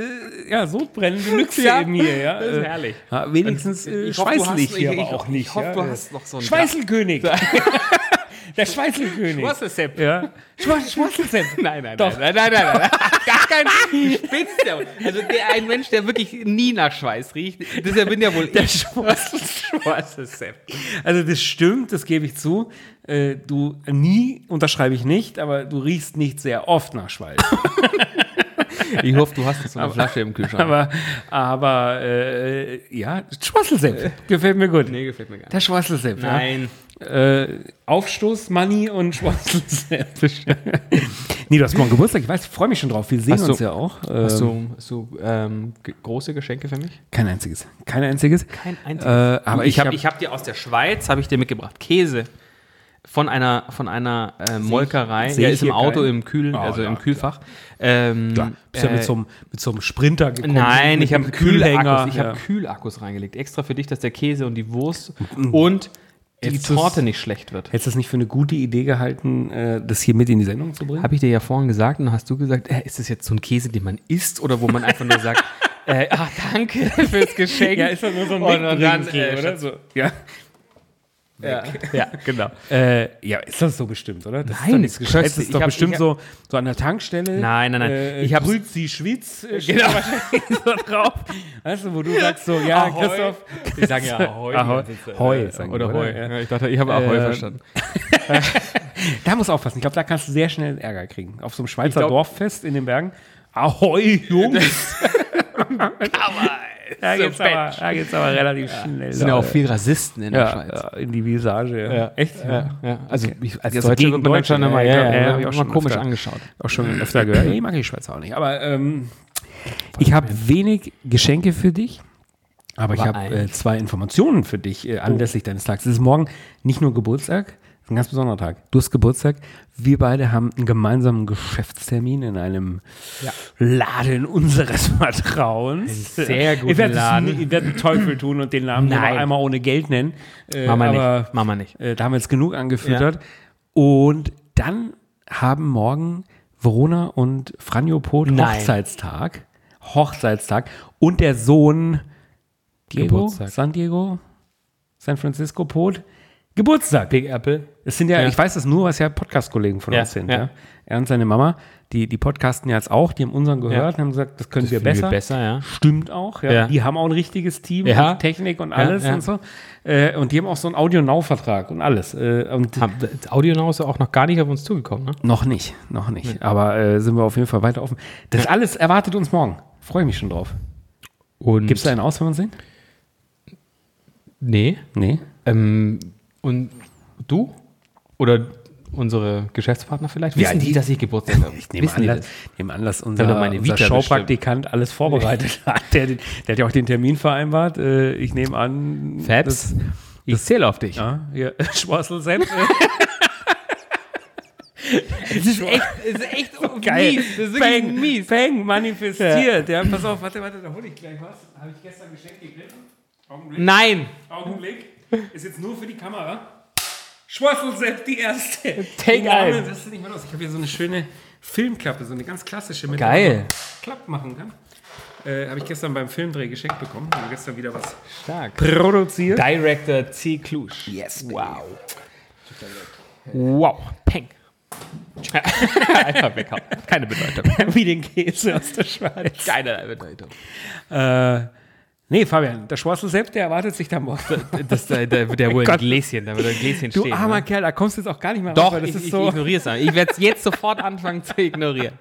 Speaker 1: ja sodbrennende Lüchse
Speaker 2: Ja,
Speaker 1: eben hier, ja.
Speaker 2: das ist
Speaker 1: Äh,
Speaker 2: herrlich.
Speaker 1: ja, wenigstens äh,
Speaker 2: Ich hoffe, du hast-
Speaker 1: schweißlich hier
Speaker 2: ich-
Speaker 1: aber
Speaker 2: ich-
Speaker 1: auch
Speaker 2: ich
Speaker 1: nicht.
Speaker 2: hoffe,
Speaker 1: ja.
Speaker 2: du hast noch so einen-
Speaker 1: Schweißelkönig. Der Schweißelkönig.
Speaker 2: Sepp.
Speaker 1: Ja. Schweißelsepp.
Speaker 2: Nein, nein,
Speaker 1: Doch.
Speaker 2: nein, nein, nein, nein, nein. Gar kein Spitz. der- Also der, ein Mensch, der wirklich nie nach Schweiß riecht, das ja bin ja wohl eh. der Schwarze
Speaker 1: Also das stimmt, das gebe ich zu. Äh, du nie unterschreibe ich nicht, aber du riechst nicht sehr oft nach Schweiß.
Speaker 2: Ich hoffe, du hast jetzt so eine Flasche im Kühlschrank.
Speaker 1: aber aber äh, ja, Schweißelsepp. Gefällt mir gut.
Speaker 2: nee, gefällt mir gar nicht.
Speaker 1: Der Schweißelsepp. Ja.
Speaker 2: Nein.
Speaker 1: äh, Aufstoß, Money und Schwanzlesnappisch. nee, du hast morgen Geburtstag, ich weiß, ich freue mich schon drauf. Wir sehen
Speaker 2: Hast du-
Speaker 1: uns ja auch.
Speaker 2: Hast
Speaker 1: Ähm,
Speaker 2: du, hast du ähm, ge- große Geschenke für mich?
Speaker 1: Kein einziges. Kein einziges.
Speaker 2: Kein
Speaker 1: äh,
Speaker 2: einziges.
Speaker 1: aber ich,
Speaker 2: ich habe
Speaker 1: hab-
Speaker 2: ich hab dir aus der Schweiz, habe ich dir mitgebracht, Käse. Von einer, von einer äh, Molkerei.
Speaker 1: seh
Speaker 2: ja,
Speaker 1: ich
Speaker 2: ist im
Speaker 1: hier
Speaker 2: Auto,
Speaker 1: keinen?
Speaker 2: im Kühl,
Speaker 1: Oh,
Speaker 2: also
Speaker 1: ja,
Speaker 2: im Kühlfach. Ähm,
Speaker 1: Ja, bist ja
Speaker 2: äh,
Speaker 1: mit, so einem, mit so einem Sprinter gekommen.
Speaker 2: Nein,
Speaker 1: mit
Speaker 2: ich habe
Speaker 1: einem
Speaker 2: Kühlakkus. Ich
Speaker 1: ja.
Speaker 2: habe Kühlakkus reingelegt. Extra für dich, dass der Käse und die Wurst und die
Speaker 1: Jetzt
Speaker 2: Torte
Speaker 1: ist-
Speaker 2: nicht schlecht wird.
Speaker 1: Hättest du es nicht für eine gute Idee gehalten, äh, das hier mit in die Sendung zu bringen?
Speaker 2: Habe ich dir ja vorhin gesagt und hast du gesagt, äh, ist das jetzt so ein Käse, den man isst oder wo man einfach nur sagt, äh, ach, danke fürs Geschenk.
Speaker 1: doch nur so
Speaker 2: Und dann, äh, Schatz-
Speaker 1: So, ja.
Speaker 2: ja, ja, genau.
Speaker 1: Äh, ja, ist das so bestimmt, oder? Das
Speaker 2: Nein,
Speaker 1: ist doch, nichts
Speaker 2: das
Speaker 1: Gescheites. Das
Speaker 2: köstlich.
Speaker 1: ist doch
Speaker 2: Ich hab-
Speaker 1: bestimmt
Speaker 2: ich
Speaker 1: so, so an der Tankstelle.
Speaker 2: Nein, nein, nein.
Speaker 1: Äh,
Speaker 2: Ich
Speaker 1: ich
Speaker 2: hab's-
Speaker 1: habe sie Schwitz. Äh, steht
Speaker 2: Genau.
Speaker 1: wahrscheinlich so drauf. Weißt du, wo du sagst so, ja,
Speaker 2: Ahoi.
Speaker 1: Christoph.
Speaker 2: Die sagen ja Ahoi.
Speaker 1: Ahoi. Hoi,
Speaker 2: Sagen
Speaker 1: sagen
Speaker 2: oder
Speaker 1: die,
Speaker 2: Hoi.
Speaker 1: oder?
Speaker 2: Ja, ich dachte, ich habe Ahoi
Speaker 1: Äh,
Speaker 2: verstanden.
Speaker 1: Da musst du aufpassen. Ich glaube, da kannst du sehr schnell Ärger kriegen. Auf so einem Schweizer
Speaker 2: glaub-
Speaker 1: Dorffest in den Bergen. Ahoi, Jungs. da geht's aber, da geht's aber relativ schnell.
Speaker 2: Es sind ja auch viele Rassisten in der
Speaker 1: ja,
Speaker 2: Schweiz.
Speaker 1: ja, in die Visage. Ja.
Speaker 2: Echt? Ja, ja. Also ich, als
Speaker 1: Also
Speaker 2: Deutscher
Speaker 1: gegen
Speaker 2: wird man dann schon
Speaker 1: Deutsche,
Speaker 2: immer,
Speaker 1: ja,
Speaker 2: ja,
Speaker 1: ja,
Speaker 2: ja,
Speaker 1: hab
Speaker 2: ja,
Speaker 1: ich auch
Speaker 2: immer
Speaker 1: schon
Speaker 2: komisch
Speaker 1: öfter.
Speaker 2: angeschaut.
Speaker 1: Auch schon öfter gehört. Ich mag die Schweizer auch nicht. Aber ähm, ich habe wenig Geschenke für dich. Aber ich
Speaker 2: Aber
Speaker 1: habe äh,
Speaker 2: eins.
Speaker 1: zwei Informationen für dich äh, anlässlich deines Tages. Es ist morgen nicht nur Geburtstag, es ist ein ganz besonderer Tag. Du hast Geburtstag. Wir beide haben einen gemeinsamen Geschäftstermin in einem
Speaker 2: Ja.
Speaker 1: Laden unseres Vertrauens.
Speaker 2: Ein sehr guter
Speaker 1: ich werd's
Speaker 2: Laden.
Speaker 1: nie- Ich werde einen Teufel tun und den Namen nur noch
Speaker 2: Nein.
Speaker 1: einmal ohne Geld nennen. Äh,
Speaker 2: Mach mal
Speaker 1: aber
Speaker 2: nicht. Mach mal nicht.
Speaker 1: äh, da haben wir jetzt genug angefüttert. Und dann haben morgen Verona und Franjo Pot
Speaker 2: Nein.
Speaker 1: Hochzeitstag. Hochzeitstag. Und der Sohn Diego,
Speaker 2: Geburtstag.
Speaker 1: San Diego, San Francisco Pot. Geburtstag.
Speaker 2: Big Apple.
Speaker 1: Es sind ja,
Speaker 2: Ja.
Speaker 1: ich weiß das nur, was ja Podcast-Kollegen von
Speaker 2: Ja,
Speaker 1: uns sind.
Speaker 2: ja.
Speaker 1: Ja. Er und seine Mama, die, die podcasten ja jetzt auch, die haben unseren gehört und haben gesagt, das können wir
Speaker 2: Finden
Speaker 1: besser.
Speaker 2: wir besser, ja.
Speaker 1: Stimmt auch, ja.
Speaker 2: Ja.
Speaker 1: Die haben auch ein richtiges Team,
Speaker 2: Ja.
Speaker 1: und Technik und alles
Speaker 2: ja.
Speaker 1: und so. Äh, und die haben auch so einen Audio-Now-Vertrag und alles. Äh, und
Speaker 2: Hab- das Audio Now ist auch noch gar nicht auf uns zugekommen, ne?
Speaker 1: noch nicht, noch nicht. Aber äh, sind wir auf jeden Fall weiter offen. Das alles erwartet uns morgen. Freue mich schon drauf.
Speaker 2: Und
Speaker 1: Gibt es da einen aus, wenn man sehen?
Speaker 2: Nee.
Speaker 1: Nee.
Speaker 2: Ähm, und du? Oder unsere Geschäftspartner vielleicht? Wissen die,
Speaker 1: die-
Speaker 2: dass ich Geburtstag habe?
Speaker 1: Ich nehme
Speaker 2: Wissen
Speaker 1: an,
Speaker 2: die
Speaker 1: dass,
Speaker 2: das?
Speaker 1: nehme an, dass
Speaker 2: Ich hab
Speaker 1: unser,
Speaker 2: doch meine
Speaker 1: unser
Speaker 2: Vita
Speaker 1: Showpraktikant alles vorbereitet hat. Der, der hat ja auch den Termin vereinbart. Äh, Ich nehme an.
Speaker 2: Fabs, ich zähle auf dich.
Speaker 1: Ja, ja. Schwassel selbst.
Speaker 2: Das ist echt, das ist echt
Speaker 1: Geil.
Speaker 2: mies. Das ist wirklich
Speaker 1: Peng,
Speaker 2: mies.
Speaker 1: Peng, manifestiert. Ja. pass auf, warte, warte, da hole ich gleich was. Habe ich gestern geschenkt gegriffen. Augenblick,
Speaker 2: Nein.
Speaker 1: Augenblick. Ist jetzt nur für die Kamera. Schwassel selbst die erste.
Speaker 2: Take
Speaker 1: Die Name,
Speaker 2: ein.
Speaker 1: Das ist nicht mehr los. Ich habe hier so eine schöne Filmklappe, so eine ganz klassische mit der man
Speaker 2: Geil.
Speaker 1: so Klapp machen kann. Äh, habe ich gestern beim Filmdreh geschenkt bekommen. Haben wir gestern wieder was
Speaker 2: Stark.
Speaker 1: produziert.
Speaker 2: Director C. Klusch.
Speaker 1: Yes, baby.
Speaker 2: Wow. Wow. Peng. Einfach weghauen. Keine Bedeutung.
Speaker 1: Wie den Käse aus der Schweiz.
Speaker 2: Keine Bedeutung.
Speaker 1: Äh, nee, Fabian, der Schwassel selbst, der erwartet sich da morgen.
Speaker 2: Das, da, da wird ja wohl ein
Speaker 1: Gott.
Speaker 2: Gläschen, da wird ein Gläschen
Speaker 1: Du
Speaker 2: stehen.
Speaker 1: armer
Speaker 2: ne?
Speaker 1: Kerl, da kommst du jetzt auch gar nicht mehr raus,
Speaker 2: Doch,
Speaker 1: weil das
Speaker 2: ich,
Speaker 1: ist
Speaker 2: ich
Speaker 1: so.
Speaker 2: ignoriere es. einfach. Ich werde es jetzt sofort anfangen zu ignorieren.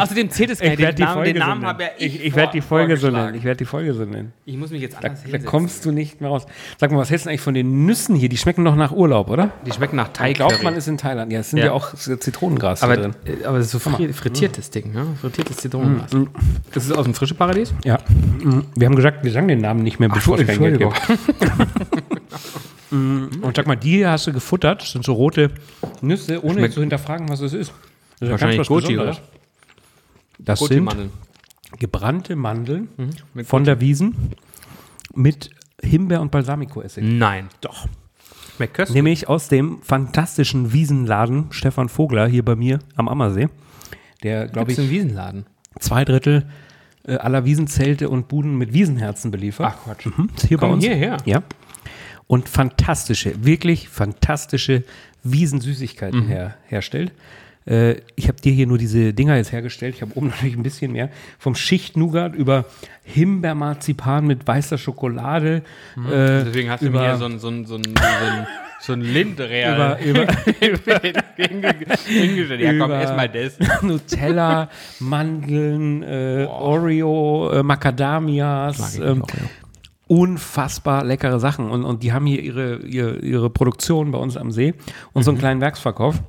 Speaker 2: Außerdem zählt es gar nicht. Den
Speaker 1: werd
Speaker 2: Namen, den
Speaker 1: so
Speaker 2: Namen
Speaker 1: nennen.
Speaker 2: habe ja ich.
Speaker 1: Ich, ich werde die Folge so
Speaker 2: vorgeschlagen.
Speaker 1: nennen. Ich werde die Folge so nennen.
Speaker 2: Ich muss mich jetzt anders
Speaker 1: Da
Speaker 2: hinsetzen.
Speaker 1: kommst du nicht mehr raus. Sag mal, was hältst du eigentlich von den Nüssen hier? Die schmecken doch nach Urlaub, oder?
Speaker 2: Die schmecken nach Teig.
Speaker 1: Glaubt man, ist in Thailand. Ja, es sind ja,
Speaker 2: Ja.
Speaker 1: auch Zitronengras
Speaker 2: aber,
Speaker 1: hier drin. Mm,
Speaker 2: äh, aber es ist so fri frittiertes Ding, ne? Frittiertes Zitronengras. Das ist aus dem frischen Paradies?
Speaker 1: Ja. Mhm. Wir haben gesagt, wir sagen den Namen nicht mehr, bevor es kein Geld gibt. Und sag mal, die hier hast du gefuttert. Das sind so rote Nüsse, ohne
Speaker 2: Schmeckt-
Speaker 1: zu hinterfragen, was es ist. Das ist ja
Speaker 2: Wahrscheinlich
Speaker 1: ganz was
Speaker 2: Goji,
Speaker 1: Besonderes.
Speaker 2: oder?
Speaker 1: Das
Speaker 2: Gute
Speaker 1: sind
Speaker 2: Mandeln.
Speaker 1: gebrannte Mandeln
Speaker 2: Mhm. mit
Speaker 1: von der Wiesen mit Himbeer- und Balsamico-Essig.
Speaker 2: Nein.
Speaker 1: Doch.
Speaker 2: Schmeckt köstlich.
Speaker 1: Nämlich aus dem fantastischen Wiesenladen Stefan Vogler hier bei mir am Ammersee, der, glaube
Speaker 2: Gibt's
Speaker 1: ich,
Speaker 2: einen Wiesenladen.
Speaker 1: zwei Drittel äh, aller Wiesenzelte und Buden mit Wiesenherzen beliefert.
Speaker 2: Ach Quatsch.
Speaker 1: Mhm, ist hier bei
Speaker 2: Komm
Speaker 1: uns.
Speaker 2: hierher.
Speaker 1: Ja. Und fantastische, wirklich fantastische
Speaker 2: Mhm.
Speaker 1: Wiesensüßigkeiten her, herstellt. Äh, ich habe dir hier nur diese Dinger jetzt hergestellt. Ich habe oben natürlich ein bisschen mehr. Vom Schicht-Nougat über Himbeermarzipan mit weißer Schokolade.
Speaker 2: Mhm.
Speaker 1: Äh,
Speaker 2: Deswegen hast du
Speaker 1: über,
Speaker 2: mir hier so ein, so ein, so ein, so ein, so ein Lindreal
Speaker 1: über, über,
Speaker 2: hingestellt. Ja, komm,
Speaker 1: über-
Speaker 2: erst mal das.
Speaker 1: Nutella, Mandeln, äh, Oreo, äh, Macadamias. Ähm, unfassbar leckere Sachen. Und, und die haben hier ihre, ihre, ihre Produktion bei uns am See und so einen kleinen Werksverkauf.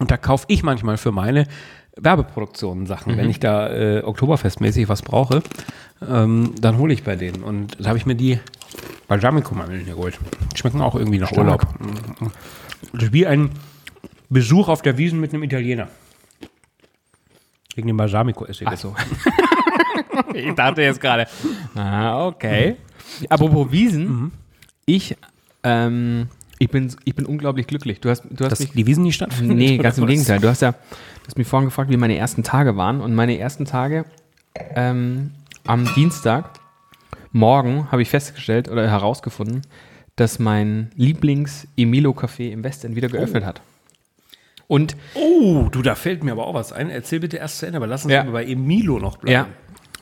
Speaker 1: Und da kaufe ich manchmal für meine Werbeproduktionen Sachen. Wenn ich da äh, Oktoberfestmäßig was brauche, ähm, dann hole ich bei denen. Und da habe ich mir die Balsamico-Mandeln geholt. Die schmecken auch irgendwie nach Urlaub. Das ist wie ein Besuch auf der Wiesen mit einem Italiener. Wegen dem Balsamico-Essig. Also,
Speaker 2: Achso. ich dachte jetzt gerade. Ah, okay. Apropos Wiesen. Ich ähm, Ich bin, ich bin unglaublich glücklich. Du hast, du hast
Speaker 1: Dass
Speaker 2: mich
Speaker 1: die Wiesen nicht stattfinden?
Speaker 2: Nee, ganz im
Speaker 1: Oder was?
Speaker 2: Gegenteil. Du hast ja, du hast mich vorhin gefragt, wie meine ersten Tage waren. Und meine ersten Tage ähm, am Dienstag morgen habe ich festgestellt oder herausgefunden, dass mein Lieblings-Emilo-Café im Westend wieder geöffnet hat. Und
Speaker 1: Oh, du, da fällt mir aber auch was ein. Erzähl bitte erst zu Ende, aber lass uns
Speaker 2: Ja.
Speaker 1: aber bei Emilo noch
Speaker 2: ja,
Speaker 1: bleiben.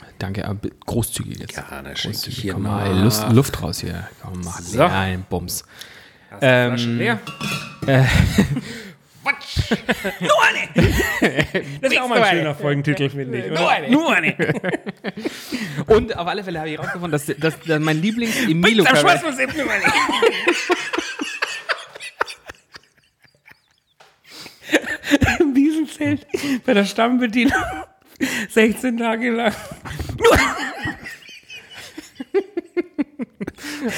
Speaker 1: Ah,
Speaker 2: danke, aber großzügig jetzt.
Speaker 1: Ja, da schenke ich hier
Speaker 2: Komm
Speaker 1: mal.
Speaker 2: mal, ey, Lust, Luft raus hier. Komm, mach
Speaker 1: So.
Speaker 2: Nein, Bums.
Speaker 1: Ähm, leer. Hm. Nur eine! Das ist auch mal
Speaker 2: Nur
Speaker 1: ein
Speaker 2: eine.
Speaker 1: schöner Folgentitel, finde ich. Oder?
Speaker 2: Nur eine.
Speaker 1: Nur eine!
Speaker 2: Und auf alle Fälle habe ich herausgefunden, dass, dass, dass mein
Speaker 1: Da
Speaker 2: Lieblings-Emilo-Café.
Speaker 1: schmeißen wir es eben nur eine. Im Wiesenzelt bei der Stammbedienung 16 Tage lang.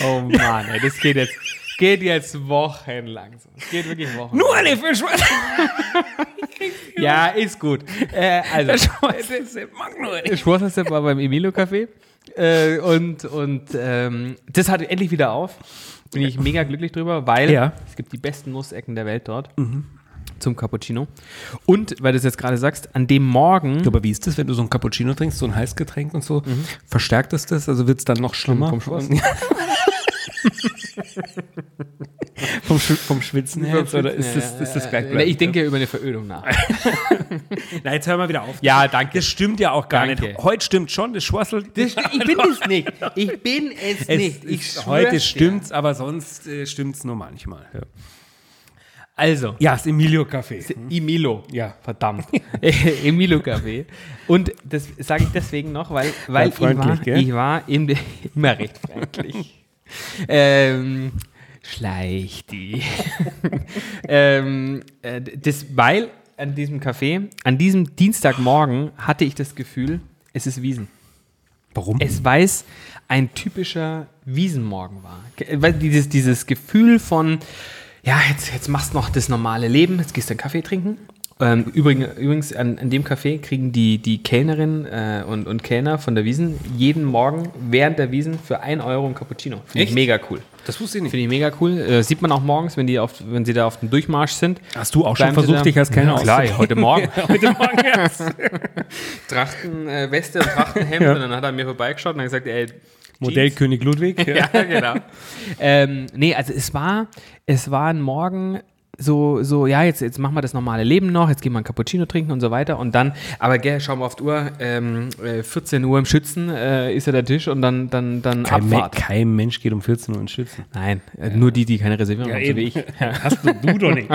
Speaker 2: Oh Mann, ey, das geht jetzt, geht jetzt wochenlang so. Es geht wirklich wochenlang.
Speaker 1: Nur eine für Schwarz.
Speaker 2: Ja, ist gut. Äh, also,
Speaker 1: Mag nur eine.
Speaker 2: Schwarzersepp war beim Emilio-Café. Äh, und und ähm, das hat endlich wieder auf. Bin ich mega glücklich drüber, weil
Speaker 1: Ja. Mhm.
Speaker 2: es gibt die besten Nussecken der Welt dort zum Cappuccino. Und, weil du es jetzt gerade sagst, an dem Morgen
Speaker 1: Du, aber wie ist das, wenn du so ein Cappuccino trinkst, so ein Heißgetränk und so? Verstärkt es das? Also wird es dann noch schlimmer?
Speaker 2: Vom Schwitzen.
Speaker 1: Und- vom, Schw- vom Schwitzen her? jetzt, Oder ist das, ist das gleich
Speaker 2: Na, Ich denke über eine Verödung nach.
Speaker 1: Na, jetzt hören wir wieder auf.
Speaker 2: Ja, danke.
Speaker 1: Das stimmt ja auch gar
Speaker 2: Danke.
Speaker 1: nicht. Heute stimmt schon, das Schwassel.
Speaker 2: Das, ich bin es nicht. Ich bin es,
Speaker 1: Es
Speaker 2: nicht. Ich
Speaker 1: ist,
Speaker 2: schwör's dir.
Speaker 1: heute stimmt's, aber sonst äh, stimmt's nur manchmal. Ja,
Speaker 2: Also,
Speaker 1: ja das Emilio-Café.
Speaker 2: Mhm. Emilo.
Speaker 1: Ja.
Speaker 2: Verdammt. Emilo Café. Und das sage ich deswegen noch, weil, weil ich, war,
Speaker 1: freundlich, gell?
Speaker 2: ich war in, de- immer recht freundlich. ähm, Schleichti. ähm, äh, das, weil an diesem Café, an diesem Dienstagmorgen hatte ich das Gefühl, es ist Wiesen.
Speaker 1: Warum?
Speaker 2: Es weiß ein typischer Wiesenmorgen war. Ke- weil Dieses, dieses Gefühl von, ja, jetzt, jetzt machst noch das normale Leben, jetzt gehst du einen Kaffee trinken. Ähm, übrigens, übrigens an, an dem Kaffee kriegen die, die Kellnerin äh, und, und Kellner von der Wiesen jeden Morgen während der Wiesen für 1 Euro ein Cappuccino. Finde ich
Speaker 1: Echt?
Speaker 2: mega cool.
Speaker 1: das wusste ich
Speaker 2: Finde ich mega cool. Äh, sieht man auch morgens, wenn, die auf, wenn sie da auf dem Durchmarsch sind.
Speaker 1: Hast du auch schon
Speaker 2: Bleiben sie
Speaker 1: versucht,
Speaker 2: da-
Speaker 1: dich als Kellner
Speaker 2: Ja, Klar,
Speaker 1: auszugeben?
Speaker 2: heute Morgen.
Speaker 1: Heute Morgen erst.
Speaker 2: Trachtenweste äh, Weste und Trachtenhemd.
Speaker 1: Ja.
Speaker 2: Und dann hat er mir vorbeigeschaut und hat gesagt, ey,
Speaker 1: Modellkönig Ludwig.
Speaker 2: ja, genau. ähm, nee, also es war, es war ein Morgen so, so, ja, jetzt, jetzt machen wir das normale Leben noch, jetzt gehen wir einen Cappuccino trinken und so weiter und dann, aber gell, schauen wir auf die Uhr, ähm, äh, 14 Uhr im Schützen äh, ist ja der Tisch und dann, dann, dann
Speaker 1: Kein, Me
Speaker 2: Abfahrt.
Speaker 1: kein Mensch geht um 14 Uhr in Schützen.
Speaker 2: Nein, äh, nur die, die keine Reservierung haben, so wie Also ich.
Speaker 1: Hast du, du doch nicht.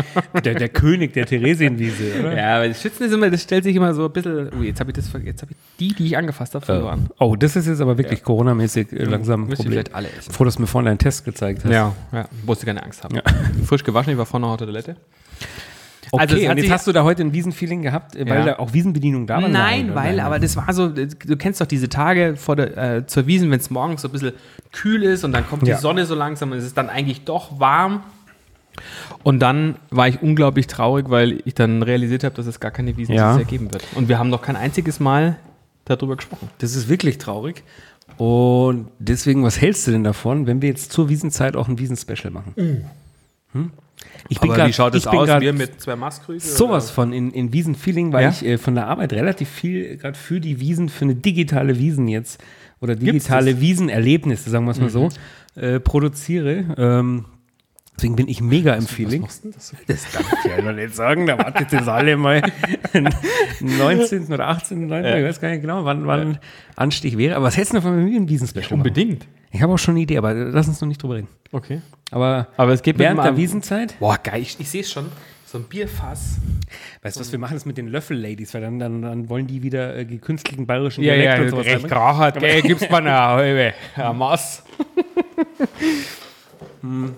Speaker 1: Der, der König der Theresienwiese, oder?
Speaker 2: Ja, aber das Schützen ist immer, das stellt sich immer so ein bisschen, ui, jetzt habe ich das, ver- jetzt habe ich die, die ich angefasst habe, verloren.
Speaker 1: Oh, das ist jetzt aber wirklich Corona-mäßig äh, langsam ein
Speaker 2: Müsst ihr
Speaker 1: Problem.
Speaker 2: vielleicht alle essen.
Speaker 1: Froh, dass du mir vorhin deinen Test gezeigt hast.
Speaker 2: Ja, ja, musst du keine Angst haben.
Speaker 1: Ja.
Speaker 2: Frisch gewaschen, ich war vorne auf der Toilette.
Speaker 1: Okay,
Speaker 2: Also es hat
Speaker 1: und jetzt
Speaker 2: sich-
Speaker 1: hast du da heute ein Wiesenfeeling gehabt, äh, weil
Speaker 2: Ja.
Speaker 1: da auch Wiesenbedienung da war?
Speaker 2: Nein, weil, aber das war so, du kennst doch diese Tage vor der, äh, zur Wiesen, wenn es morgens so ein bisschen kühl ist und dann kommt
Speaker 1: Ja.
Speaker 2: die Sonne so langsam und es ist dann eigentlich doch warm. Und dann war ich unglaublich traurig, weil ich dann realisiert habe, dass es gar keine Wiesen
Speaker 1: Ja.
Speaker 2: dieses Jahr geben wird. Und wir haben noch kein einziges Mal darüber gesprochen.
Speaker 1: Das ist wirklich traurig. Und deswegen, was hältst du denn davon, wenn wir jetzt zur Wiesenzeit auch ein Wiesenspecial machen? Hm? Ich bin grad- ich bin grad
Speaker 2: zwei Maskrüge?
Speaker 1: Sowas von in, in Wiesen-Feeling, weil
Speaker 2: Ja?
Speaker 1: ich äh, von der Arbeit relativ viel gerade für die Wiesen, für eine digitale Wiesen jetzt oder digitale
Speaker 2: das? Mhm.
Speaker 1: Wiesenerlebnisse, sagen wir es mal so, äh, produziere. Ähm, deswegen bin ich mega im Feeling. Das darf ich ja noch nicht sagen, da wartet das alle mal 19. oder 18. 19. Ich weiß gar nicht genau, wann, wann Anstich wäre. Aber was hältst du davon, wenn wir ein Wiesenspecial machen?
Speaker 2: Unbedingt.
Speaker 1: Ich habe auch schon eine Idee, aber lass uns noch nicht drüber reden.
Speaker 2: Okay.
Speaker 1: Aber,
Speaker 2: Aber es geht mit
Speaker 1: während
Speaker 2: dem
Speaker 1: der
Speaker 2: Abend-
Speaker 1: Wiesenzeit
Speaker 2: Boah, geil, ich, ich sehe es schon. So ein Bierfass.
Speaker 1: Weißt du, was wir machen ist mit den Löffel-Ladies, weil dann, dann, dann wollen die wieder äh, gekünstelten bayerischen
Speaker 2: Ja,
Speaker 1: Dialekt
Speaker 2: ja,
Speaker 1: und sowas
Speaker 2: recht
Speaker 1: reinbringen.
Speaker 2: gerachert, gell, gib's mal eine halbe, ein Maß. Hm. Und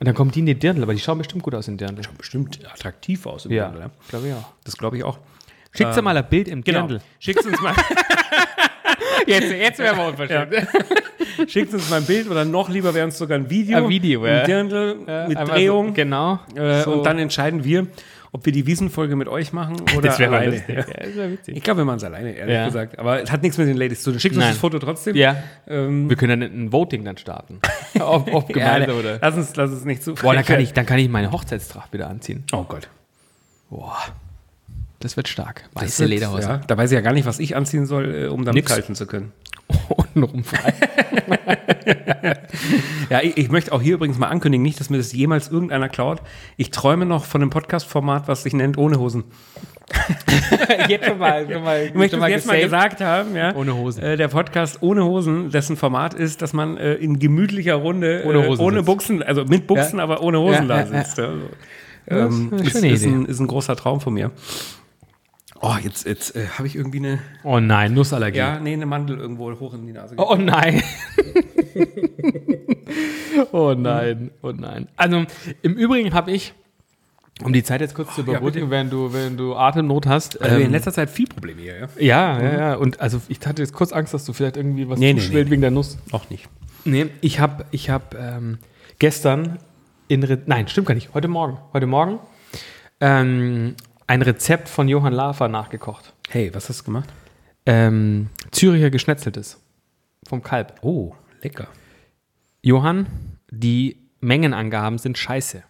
Speaker 2: dann kommt die in den Dirndl, aber die schauen bestimmt gut aus in Dirndl.
Speaker 1: Bestimmt attraktiv aus. Im Grunde,
Speaker 2: Ja,
Speaker 1: ne?
Speaker 2: glaube ich auch.
Speaker 1: Das glaube ich auch.
Speaker 2: Schickt ähm, mal ein Bild im
Speaker 1: Genau.
Speaker 2: Dirndl.
Speaker 1: Schickt uns mal,
Speaker 2: Jetzt, jetzt wären wir unverschämt.
Speaker 1: schickt uns mal ein Bild oder noch lieber wäre uns sogar ein Video.
Speaker 2: Ein Video, ja.
Speaker 1: Ein Dirndl mit
Speaker 2: Einfach
Speaker 1: Drehung.
Speaker 2: So, genau.
Speaker 1: äh,
Speaker 2: so.
Speaker 1: Und dann entscheiden wir, ob wir die Wiesenfolge mit euch machen oder
Speaker 2: Das wäre mal
Speaker 1: alleine.
Speaker 2: lustig. Ja, das wäre witzig.
Speaker 1: Ich glaube, wir machen es alleine, ehrlich
Speaker 2: Ja.
Speaker 1: gesagt. Aber es hat nichts mit den Ladies zu tun. Schickst du uns
Speaker 2: Nein.
Speaker 1: das Foto trotzdem?
Speaker 2: Ja.
Speaker 1: Ähm,
Speaker 2: Wir können dann ein Voting dann starten. ob, ob gemeinsam
Speaker 1: ja,
Speaker 2: oder.
Speaker 1: Lass uns, lass uns nicht zu.
Speaker 2: Boah, dann kann, ich, dann kann ich meine Hochzeitstracht wieder anziehen.
Speaker 1: Oh Gott.
Speaker 2: Boah. Das wird stark.
Speaker 1: Das
Speaker 2: Weiße
Speaker 1: wird-
Speaker 2: Lederhose.
Speaker 1: Ja, da weiß ich ja gar nicht, was ich anziehen soll, äh, um damit
Speaker 2: Nix.
Speaker 1: halten zu können.
Speaker 2: Untenrum frei.
Speaker 1: Ja, ich, ich möchte auch hier übrigens mal ankündigen, nicht, dass mir das jemals irgendeiner klaut. Ich träume noch von einem Podcast-Format, was sich nennt Ohne Hosen.
Speaker 2: jetzt schon mal, schon mal,
Speaker 1: Ich möchte es jetzt mal gesagt haben, ja.
Speaker 2: Ohne Hosen.
Speaker 1: Äh, der Podcast ohne Hosen, dessen Format ist, dass man äh, in gemütlicher Runde
Speaker 2: Ohne
Speaker 1: äh,
Speaker 2: Hosen
Speaker 1: ohne
Speaker 2: sitzt.
Speaker 1: Buchsen, also mit Buchsen,
Speaker 2: Ja.
Speaker 1: aber ohne Hosen da
Speaker 2: Ja, ja, ja.
Speaker 1: sitzt. Ja. Also, ähm,
Speaker 2: eine
Speaker 1: ist,
Speaker 2: schöne
Speaker 1: ist,
Speaker 2: Idee.
Speaker 1: ein, ist ein großer Traum von mir. Oh, jetzt, jetzt äh, habe ich irgendwie eine, Hm.
Speaker 2: Oh nein, Nussallergie.
Speaker 1: ja, nee, eine Mandel irgendwo hoch in die Nase.
Speaker 2: Oh nein. oh nein, oh nein. Also im Übrigen habe ich, um die Zeit jetzt kurz zu überbrücken, wenn, du, wenn du Atemnot hast.
Speaker 1: Also
Speaker 2: ähm,
Speaker 1: in letzter Zeit viel Probleme hier, ja?
Speaker 2: ja, ja, ja. Und also ich hatte jetzt kurz Angst, dass du vielleicht irgendwie was
Speaker 1: Nee, nee,
Speaker 2: zuschwillt
Speaker 1: nee,
Speaker 2: wegen der Nuss.
Speaker 1: Noch nicht.
Speaker 2: Nee, ich habe ich hab, ähm, gestern in Re Nein, stimmt gar nicht. Heute Morgen. Heute Morgen ähm, ein Rezept von Johann Lafer nachgekocht.
Speaker 1: Hey, was hast du gemacht?
Speaker 2: Ähm, Züricher Geschnetzeltes. Vom Kalb.
Speaker 1: Oh, lecker.
Speaker 2: Johann, die Mengenangaben sind scheiße.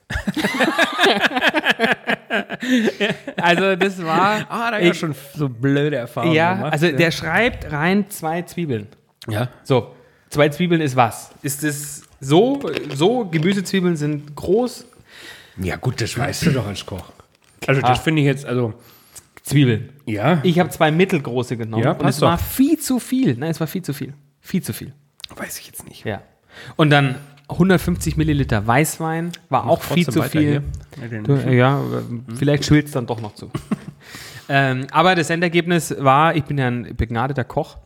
Speaker 2: also das war.
Speaker 1: Ah, da
Speaker 2: Ich-
Speaker 1: ja schon so blöde Erfahrungen
Speaker 2: Ja,
Speaker 1: gemacht.
Speaker 2: also der schreibt rein zwei Zwiebeln.
Speaker 1: ja.
Speaker 2: So, zwei Zwiebeln ist was? Ist es so? So, Gemüsezwiebeln sind groß.
Speaker 1: ja, gut, das weißt du doch als Koch. Also das
Speaker 2: Ah.
Speaker 1: finde ich jetzt, also,
Speaker 2: Zwiebeln.
Speaker 1: ja.
Speaker 2: Ich habe zwei mittelgroße genommen.
Speaker 1: Ja,
Speaker 2: und
Speaker 1: passt
Speaker 2: es war
Speaker 1: doch.
Speaker 2: viel zu viel. Nein, es war viel zu viel. Viel zu viel.
Speaker 1: Weiß ich jetzt nicht.
Speaker 2: Ja. Und dann 150 Milliliter Weißwein war auch viel zu viel. Du, äh, ja, äh, vielleicht schwillt es dann doch noch zu. ähm, aber das Endergebnis war, ich bin ja ein begnadeter Koch,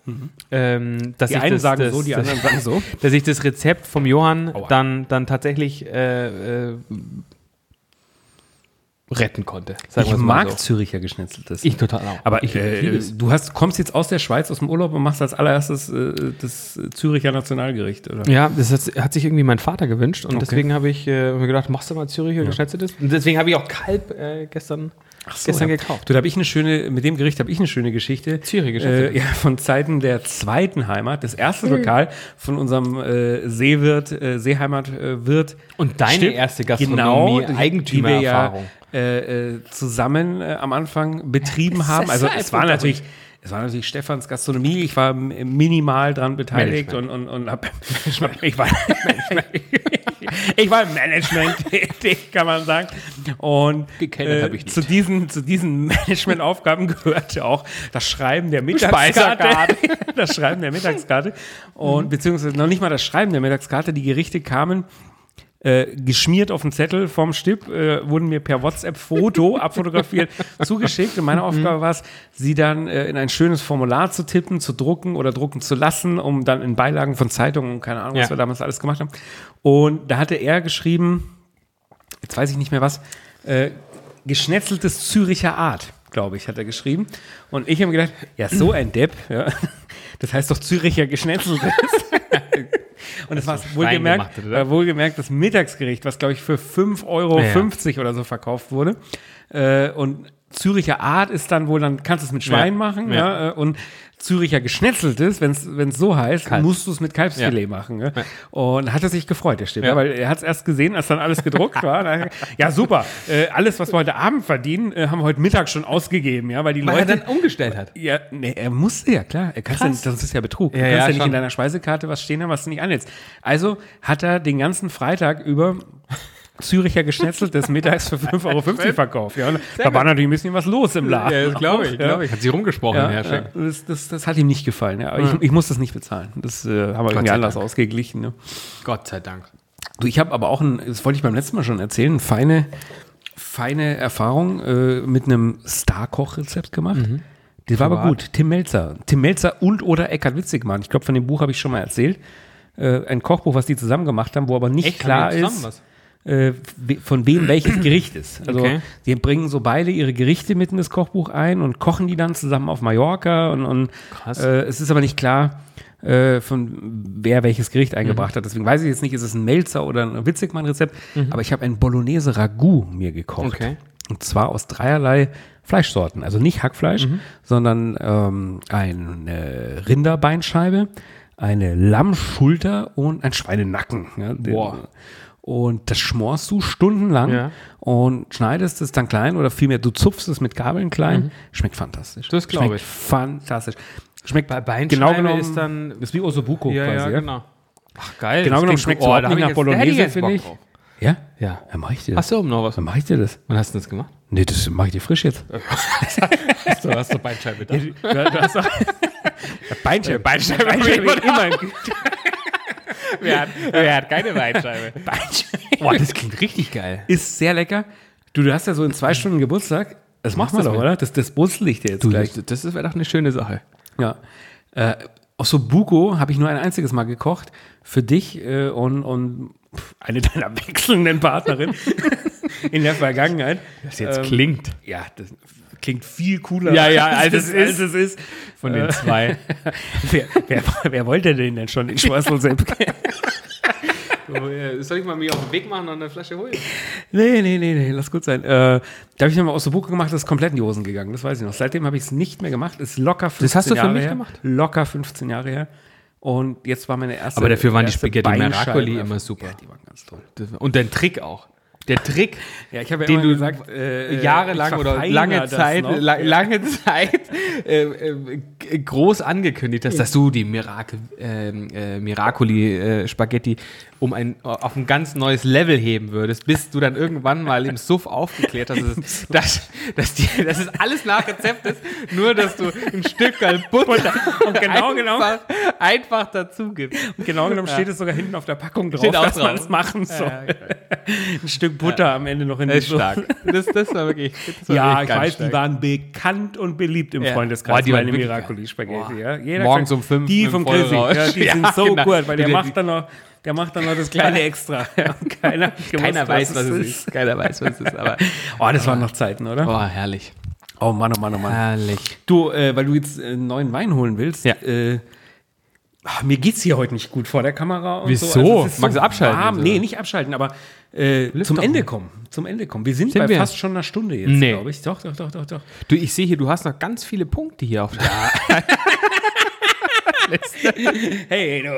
Speaker 2: ähm, dass,
Speaker 1: Mhm. Die
Speaker 2: ich
Speaker 1: einen
Speaker 2: das,
Speaker 1: sagen
Speaker 2: das,
Speaker 1: so, die anderen sagen so.
Speaker 2: dass ich das Rezept vom Johann
Speaker 1: Aua.
Speaker 2: dann, dann tatsächlich äh, äh, retten konnte. sagen
Speaker 1: Ich
Speaker 2: wir's
Speaker 1: mag
Speaker 2: so. also.
Speaker 1: Züricher Geschnitzeltes.
Speaker 2: Ich total auch.
Speaker 1: aber
Speaker 2: ich liebe
Speaker 1: äh,
Speaker 2: es.
Speaker 1: du hast, kommst jetzt aus der Schweiz, aus dem Urlaub und machst als allererstes äh, das Züricher Nationalgericht, oder?
Speaker 2: Ja, das hat, hat sich irgendwie mein Vater gewünscht und
Speaker 1: Okay.
Speaker 2: deswegen habe ich äh, mir gedacht, machst du mal Züricher geschnetzeltes? Und deswegen habe ich auch Kalb äh, gestern, gestern gekauft.
Speaker 1: Du, da habe ich eine schöne, mit dem Gericht habe ich eine schöne Geschichte.
Speaker 2: Züricher Geschnetzeltes.
Speaker 1: äh, ja, Von Zeiten der zweiten Heimat, das erste Lokal von unserem äh, Seewirt, äh, Seeheimatwirt. Äh, Wirt
Speaker 2: Und deine
Speaker 1: Stimmt.
Speaker 2: erste
Speaker 1: genau,
Speaker 2: Gastronomie,
Speaker 1: die- die wir
Speaker 2: Eigentümererfahrung.
Speaker 1: Ja, äh, äh, zusammen äh, am Anfang betrieben haben. Also es war natürlich, es war natürlich Stefans Gastronomie. Ich war m- minimal dran beteiligt und, und, und hab, ich war ich war im Management tätig, kann man sagen. Und äh,
Speaker 2: Gekellert hab ich nicht.
Speaker 1: zu diesen zu diesen Managementaufgaben gehörte auch das Schreiben der Mittagskarte.
Speaker 2: Speisekarte.
Speaker 1: das Schreiben der Mittagskarte und beziehungsweise noch nicht mal das Schreiben der Mittagskarte. Die Gerichte kamen äh, geschmiert auf den Zettel vom Stipp, äh, wurden mir per WhatsApp-Foto abfotografiert, zugeschickt. Und meine Aufgabe war es, sie dann äh, in ein schönes Formular zu tippen, zu drucken oder drucken zu lassen, um dann in Beilagen von Zeitungen und keine Ahnung, was
Speaker 2: Ja.
Speaker 1: wir damals alles gemacht haben. Und da hatte er geschrieben, jetzt weiß ich nicht mehr was, äh, geschnetzeltes Züricher Art, glaube ich, hat er geschrieben. Und ich habe mir gedacht, ja, so ein Depp, ja. Das heißt doch Züricher geschnetzeltes. Und das war wohlgemerkt,
Speaker 2: gemacht, oder?
Speaker 1: äh, wohlgemerkt das Mittagsgericht, was glaube ich für 5,50 Euro oder so verkauft wurde. Äh, und Züricher Art ist dann wohl, dann kannst du es mit Schwein
Speaker 2: Ja,
Speaker 1: machen. Ja.
Speaker 2: ja.
Speaker 1: äh, und Züricher Geschnetzeltes, wenn es so heißt,
Speaker 2: Kalb.
Speaker 1: musst du es mit Kalbsfilet
Speaker 2: Ja.
Speaker 1: machen. Ja? Und hat er sich gefreut, der Stipp,
Speaker 2: Ja.
Speaker 1: ja. weil er hat es erst gesehen, als dann alles gedruckt war. Dann- Ja, super. Äh, alles, was wir heute Abend verdienen, äh, haben wir heute Mittag schon ausgegeben, ja, weil die
Speaker 2: Weil
Speaker 1: Leute.
Speaker 2: er dann umgestellt hat.
Speaker 1: Ja, nee, er musste ja, klar. Er kannst ja, nicht- das ist ja Betrug. du
Speaker 2: Ja,
Speaker 1: kannst
Speaker 2: ja,
Speaker 1: ja, nicht
Speaker 2: schon.
Speaker 1: in deiner Speisekarte was stehen haben, was du nicht anhältst. Also hat er den ganzen Freitag über Züricher geschnetzeltes mittags für 5,50 Euro verkauft. Ja, und da war natürlich ein bisschen was los im Laden. Ja,
Speaker 2: Hat sich rumgesprochen,
Speaker 1: ja, ja. Das, das, das hat ihm nicht gefallen. Ja. Aber ich, ich muss das nicht bezahlen. Das äh, haben wir irgendwie
Speaker 2: sei
Speaker 1: anders
Speaker 2: Dank.
Speaker 1: ausgeglichen. Ne?
Speaker 2: Gott sei Dank.
Speaker 1: Du, ich habe aber auch ein, das wollte ich beim letzten Mal schon erzählen, eine feine, feine Erfahrung äh, mit einem Star-Koch-Rezept gemacht. Die war aber
Speaker 2: Mhm. Privat.
Speaker 1: gut. Tim Melzer. Tim Melzer und oder Eckhard Witzigmann. Ich glaube, von dem Buch habe ich schon mal erzählt. Äh, ein Kochbuch, was die zusammen gemacht haben, wo aber nicht
Speaker 2: Echt?
Speaker 1: klar
Speaker 2: Haben die zusammen
Speaker 1: ist,
Speaker 2: was?
Speaker 1: äh, we- von wem welches Gericht ist. Also
Speaker 2: Okay.
Speaker 1: die bringen so beide ihre Gerichte mit in das Kochbuch ein und kochen die dann zusammen auf Mallorca und, und
Speaker 2: Krass.
Speaker 1: Äh, es ist aber nicht klar, äh, von wer welches Gericht
Speaker 2: Mhm.
Speaker 1: eingebracht hat. Deswegen weiß ich jetzt nicht, ist es ein Melzer oder ein Witzigmann-Rezept, aber ich habe ein Bolognese Ragout mir gekocht.
Speaker 2: Mhm. Okay.
Speaker 1: Und zwar aus dreierlei Fleischsorten. Also nicht Hackfleisch,
Speaker 2: Mhm.
Speaker 1: sondern ähm, eine Rinderbeinscheibe, eine Lammschulter und ein Schweinenacken. Ja, den-
Speaker 2: Boah.
Speaker 1: Und das schmorst du stundenlang
Speaker 2: Ja.
Speaker 1: und schneidest es dann klein oder vielmehr du zupfst es mit Gabeln klein. Schmeckt fantastisch.
Speaker 2: Mhm. Das glaub
Speaker 1: Schmeckt
Speaker 2: ich.
Speaker 1: Fantastisch. Schmeckt genau
Speaker 2: Bei Beinscheibe ist dann-
Speaker 1: ist wie Osobuco
Speaker 2: Ja,
Speaker 1: quasi.
Speaker 2: ja,
Speaker 1: ja.
Speaker 2: genau. Ach, geil.
Speaker 1: Genau
Speaker 2: das
Speaker 1: genommen
Speaker 2: klingt
Speaker 1: schmeckt
Speaker 2: so-
Speaker 1: überhaupt
Speaker 2: da
Speaker 1: nicht
Speaker 2: hab ich
Speaker 1: nach
Speaker 2: jetzt-
Speaker 1: Bolognese,
Speaker 2: da hätte ich jetzt
Speaker 1: finde
Speaker 2: Bock
Speaker 1: ich.
Speaker 2: drauf.
Speaker 1: Ja?
Speaker 2: Ja.
Speaker 1: Dann mach ich dir das.
Speaker 2: Hast du oben noch was?
Speaker 1: Dann mach ich dir das.
Speaker 2: Und hast du das gemacht?
Speaker 1: Nee, das mach ich dir frisch jetzt.
Speaker 2: So, hast du Beinscheibe da.
Speaker 1: Beinscheibe. Beinscheibe. Beinscheibe. Immer.
Speaker 2: wer, hat, wer hat keine Beinscheibe? Boah, das klingt richtig geil.
Speaker 1: Ist sehr lecker. Du, du hast ja so in zwei Stunden Geburtstag. Das machen wir
Speaker 2: das
Speaker 1: doch,
Speaker 2: mit.
Speaker 1: oder? Das, das brustel ich dir jetzt gleich.
Speaker 2: das wäre doch eine schöne Sache.
Speaker 1: Ja. Äh, aus so Buko habe ich nur ein einziges Mal gekocht. Für dich äh, und, und pff, eine deiner wechselnden Partnerin in der Vergangenheit. Ähm,
Speaker 2: Das jetzt klingt.
Speaker 1: Ja, das klingt viel cooler,
Speaker 2: Ja, ja,
Speaker 1: als,
Speaker 2: als
Speaker 1: es,
Speaker 2: es
Speaker 1: als es ist. Äh,
Speaker 2: Von den zwei.
Speaker 1: Wer, wer, wer wollte den denn schon in Schwarzelsepp?
Speaker 2: oh, Soll ich mal mich auf den Weg machen und eine Flasche holen?
Speaker 1: nee, nee, nee, nee, lass gut sein. Äh, da habe ich nochmal aus der Buche gemacht, das ist komplett in die Hosen gegangen, das weiß ich noch. Seitdem habe ich es nicht mehr gemacht, ist locker 15
Speaker 2: hast du für
Speaker 1: Jahre
Speaker 2: mich
Speaker 1: her.
Speaker 2: gemacht?
Speaker 1: Locker 15 Jahre her. Und jetzt war meine erste
Speaker 2: Aber dafür waren die
Speaker 1: erste
Speaker 2: Spaghetti
Speaker 1: Beinscheibe-
Speaker 2: Miracoli immer super.
Speaker 1: Ja, die waren ganz toll.
Speaker 2: Und dein Trick auch. Der Trick,
Speaker 1: Ja, ich habe ja
Speaker 2: den
Speaker 1: immer
Speaker 2: du
Speaker 1: gesagt, äh,
Speaker 2: jahrelang
Speaker 1: ich
Speaker 2: oder
Speaker 1: verfeinere
Speaker 2: lange
Speaker 1: das
Speaker 2: Zeit,
Speaker 1: noch.
Speaker 2: la lange Zeit äh, äh, g- groß angekündigt hast, dass du die Mirakel, ähm, äh, Miracoli äh, Spaghetti um ein, auf ein ganz neues Level heben würdest, bis du dann irgendwann mal im Suff aufgeklärt hast, dass, es- dass, dass, die, dass es alles nach Rezept ist, nur dass du ein Stück Butter und
Speaker 1: genau, genau.
Speaker 2: einfach, einfach dazu gibst.
Speaker 1: Genau genommen steht es sogar hinten auf der Packung drauf,
Speaker 2: Steht auch
Speaker 1: dass
Speaker 2: drauf.
Speaker 1: man es machen soll. Ein Stück Butter am Ende noch in
Speaker 2: Das ist
Speaker 1: Soße.
Speaker 2: stark. Das, das war wirklich. Das war
Speaker 1: Ja,
Speaker 2: wirklich
Speaker 1: ich
Speaker 2: ganz
Speaker 1: weiß,
Speaker 2: stark.
Speaker 1: die waren bekannt und beliebt im
Speaker 2: Ja.
Speaker 1: Freundeskreis.
Speaker 2: Boah, die waren
Speaker 1: meine
Speaker 2: wirklich
Speaker 1: Miracoli-Spaghetti.
Speaker 2: geil.
Speaker 1: Ja. Jeder
Speaker 2: Morgens
Speaker 1: sagt,
Speaker 2: um fünf
Speaker 1: Die
Speaker 2: mit
Speaker 1: vom
Speaker 2: dem
Speaker 1: Chrissy,
Speaker 2: Vollrausch.
Speaker 1: ja, die
Speaker 2: Ja,
Speaker 1: sind so
Speaker 2: genau.
Speaker 1: gut, weil der
Speaker 2: Die-
Speaker 1: macht dann noch, der macht dann noch das kleine Extra. Ja, und keiner, hat gewusst,
Speaker 2: Keiner weiß, was es ist. Keiner weiß, was es ist, aber. Ah.
Speaker 1: Oh, das waren noch Zeiten, oder?
Speaker 2: Boah, herrlich.
Speaker 1: Oh Mann, oh Mann, oh Mann.
Speaker 2: Herrlich.
Speaker 1: Du, äh, weil du jetzt äh, einen neuen Wein holen willst,
Speaker 2: Ja.
Speaker 1: äh, ach, mir geht's hier heute nicht gut vor der Kamera. Und
Speaker 2: Wieso?
Speaker 1: So. Also, es ist
Speaker 2: Magst du abschalten
Speaker 1: Warm.
Speaker 2: jetzt,
Speaker 1: Nee,
Speaker 2: oder?
Speaker 1: nicht abschalten, aber äh, zum
Speaker 2: doch
Speaker 1: Ende
Speaker 2: mal.
Speaker 1: kommen. Zum Ende kommen. Wir sind,
Speaker 2: Sind
Speaker 1: bei
Speaker 2: wir?
Speaker 1: fast schon einer Stunde jetzt,
Speaker 2: Nee.
Speaker 1: glaube ich. Doch, doch, doch, doch, doch.
Speaker 2: Du, ich sehe hier, du hast noch ganz viele Punkte hier auf der.
Speaker 1: Hey, du.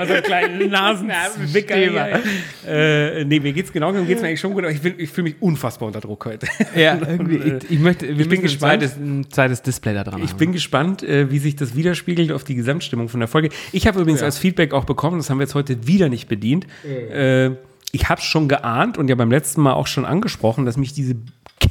Speaker 1: Also einen kleinen Nasenzwicker. hier. Äh, nee, mir geht's genau, genommen geht's mir eigentlich schon gut, aber ich, will- ich fühle mich unfassbar unter Druck heute.
Speaker 2: Ja, irgendwie. Ich, ich möchte, wir
Speaker 1: bin
Speaker 2: müssen
Speaker 1: gespannt.
Speaker 2: Ein zweites, ein zweites Display da dran.
Speaker 1: Ich bin gespannt, äh, wie sich das widerspiegelt auf die Gesamtstimmung von der Folge. Ich habe übrigens als Feedback auch bekommen, das haben wir jetzt heute wieder nicht bedient. Äh, ich habe es schon geahnt und ja beim letzten Mal auch schon angesprochen, dass mich diese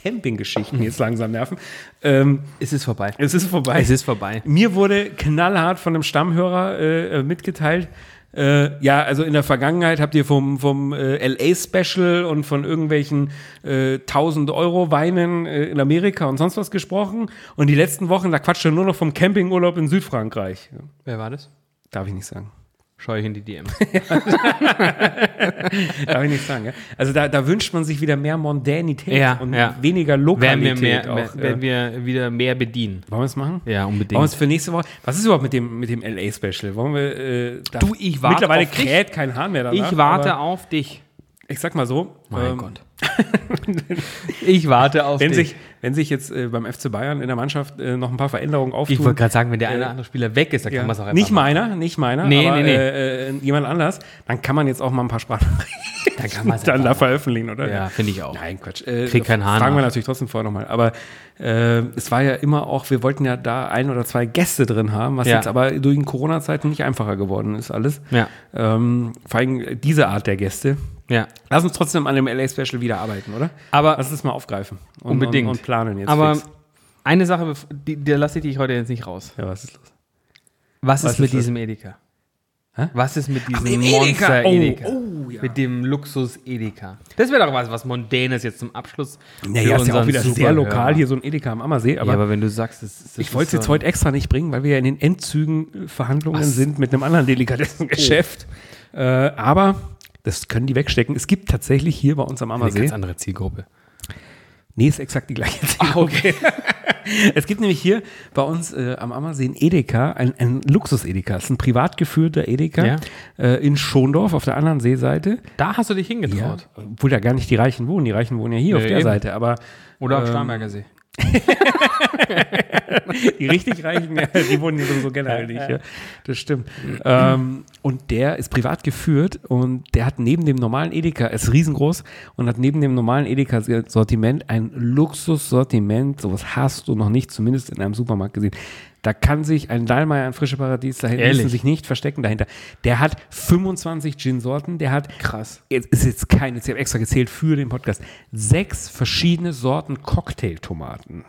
Speaker 1: Campinggeschichten jetzt langsam nerven. Ähm,
Speaker 2: Es ist vorbei.
Speaker 1: es ist vorbei.
Speaker 2: Es ist vorbei.
Speaker 1: Mir wurde knallhart von einem Stammhörer äh, äh, mitgeteilt. Äh, ja, also in der Vergangenheit habt ihr vom, vom äh, LA-Special und von irgendwelchen äh, 1000-Euro-Weinen äh, in Amerika und sonst was gesprochen. Und die letzten Wochen, da quatscht ihr nur noch vom Campingurlaub in Südfrankreich. Ja,
Speaker 2: Wer war das?
Speaker 1: Darf ich nicht sagen.
Speaker 2: Schau ich in die DM.
Speaker 1: Darf ich nicht sagen, ja? Also da, da wünscht man sich wieder mehr Mondänität
Speaker 2: Ja,
Speaker 1: und
Speaker 2: ja.
Speaker 1: weniger
Speaker 2: werden wir,
Speaker 1: Lokalität.
Speaker 2: mehr,
Speaker 1: auch, äh,
Speaker 2: werden wir wieder mehr bedienen.
Speaker 1: wollen wir es machen?
Speaker 2: Ja, unbedingt.
Speaker 1: Wollen wir es für nächste Woche? Was ist überhaupt mit dem, mit dem LA-Special? Wollen wir. Äh, da-
Speaker 2: Du, ich warte
Speaker 1: Mittlerweile
Speaker 2: auf dich.
Speaker 1: kräht kein Hahn mehr danach.
Speaker 2: ich warte
Speaker 1: aber
Speaker 2: auf dich.
Speaker 1: Ich sag mal so. ähm,
Speaker 2: ich warte auf
Speaker 1: Wenn
Speaker 2: dich.
Speaker 1: sich, wenn sich jetzt äh, beim FC Bayern in der Mannschaft äh, noch ein paar Veränderungen
Speaker 2: ich
Speaker 1: auftun.
Speaker 2: wollte gerade sagen, wenn der eine oder andere Spieler weg ist, dann
Speaker 1: ja,
Speaker 2: kann man es auch einfach
Speaker 1: nicht meiner, nicht meiner,
Speaker 2: Nee,
Speaker 1: aber
Speaker 2: nee, nee.
Speaker 1: Äh, äh, jemand anders, dann kann man jetzt auch mal ein paar Sprachnachrichten
Speaker 2: machen. Dann kann man es
Speaker 1: dann da
Speaker 2: einfach
Speaker 1: veröffentlichen, oder?
Speaker 2: machen. Ja, finde ich auch.
Speaker 1: Nein, Quatsch. Äh,
Speaker 2: Krieg keinen Hahn
Speaker 1: Fragen wir
Speaker 2: nach.
Speaker 1: natürlich trotzdem vorher nochmal. Aber äh, es war ja immer auch, wir wollten ja da ein oder zwei Gäste drin haben, was
Speaker 2: Ja.
Speaker 1: jetzt aber durch die Corona-Zeiten nicht einfacher geworden ist alles.
Speaker 2: Ja.
Speaker 1: Ähm, vor allem diese Art der Gäste.
Speaker 2: Ja.
Speaker 1: Lass uns trotzdem an dem LA-Special wieder arbeiten, oder?
Speaker 2: Aber-
Speaker 1: Lass es mal aufgreifen. Und,
Speaker 2: Unbedingt.
Speaker 1: Und, und planen Also, jetzt.
Speaker 2: Aber
Speaker 1: fix.
Speaker 2: eine Sache, bef- die, die lasse ich dich heute jetzt nicht raus.
Speaker 1: Ja, was ist los?
Speaker 2: Was,
Speaker 1: Was
Speaker 2: ist mit
Speaker 1: ist das?
Speaker 2: diesem Edeka?
Speaker 1: Hä?
Speaker 2: Was ist mit diesem
Speaker 1: dem Edeka.
Speaker 2: Monster
Speaker 1: Oh,
Speaker 2: Edeka?
Speaker 1: oh, ja.
Speaker 2: Mit dem Luxus Edeka. Das wäre doch was, was Mondänes jetzt zum Abschluss.
Speaker 1: Naja,
Speaker 2: für
Speaker 1: ist ja auch
Speaker 2: unseren
Speaker 1: wieder sehr
Speaker 2: Superhörer.
Speaker 1: lokal hier so ein Edeka am Ammersee. Aber,
Speaker 2: Ja, aber wenn du sagst, es, es
Speaker 1: ich
Speaker 2: ist äh,
Speaker 1: wollte es
Speaker 2: so
Speaker 1: jetzt heute extra nicht bringen, weil wir ja in den Endzügen äh, Verhandlungen
Speaker 2: Was? Oh.
Speaker 1: sind mit einem anderen Delikatessengeschäft. Äh, aber das können die wegstecken. Es gibt tatsächlich hier bei uns am
Speaker 2: eine ganz
Speaker 1: Ammersee.
Speaker 2: andere Zielgruppe.
Speaker 1: Nee, ist exakt die gleiche. Zielgruppe.
Speaker 2: okay.
Speaker 1: Es gibt nämlich hier bei uns äh, am Ammersee ein Edeka, ein, ein Luxus-Edeka. Es ist ein privat geführter Edeka
Speaker 2: Ja.
Speaker 1: äh, in Schondorf auf der anderen Seeseite.
Speaker 2: Da hast du dich
Speaker 1: Ja,
Speaker 2: hingetraut.
Speaker 1: obwohl da gar nicht die Reichen wohnen. Die Reichen wohnen ja hier auf der
Speaker 2: eben.
Speaker 1: Seite. Aber ähm,
Speaker 2: Oder am Starnberger See.
Speaker 1: die richtig Reichen, ja, die wohnen hier sowieso generell nicht. Ja. Das stimmt. ähm, und der ist privat geführt und der hat neben dem normalen Edeka, ist riesengroß und hat neben dem normalen Edeka-Sortiment ein Luxussortiment. Sowas hast du noch nicht, zumindest in einem Supermarkt gesehen. Da kann sich ein Dallmayr, ein frische Paradies, da hinten
Speaker 2: Ehrlich?
Speaker 1: müssen sich nicht verstecken dahinter. Der hat 25 Gin-Sorten, der hat krass. Jetzt ist jetzt keine, ich habe extra gezählt für den Podcast. Sechs verschiedene Sorten Cocktailtomaten.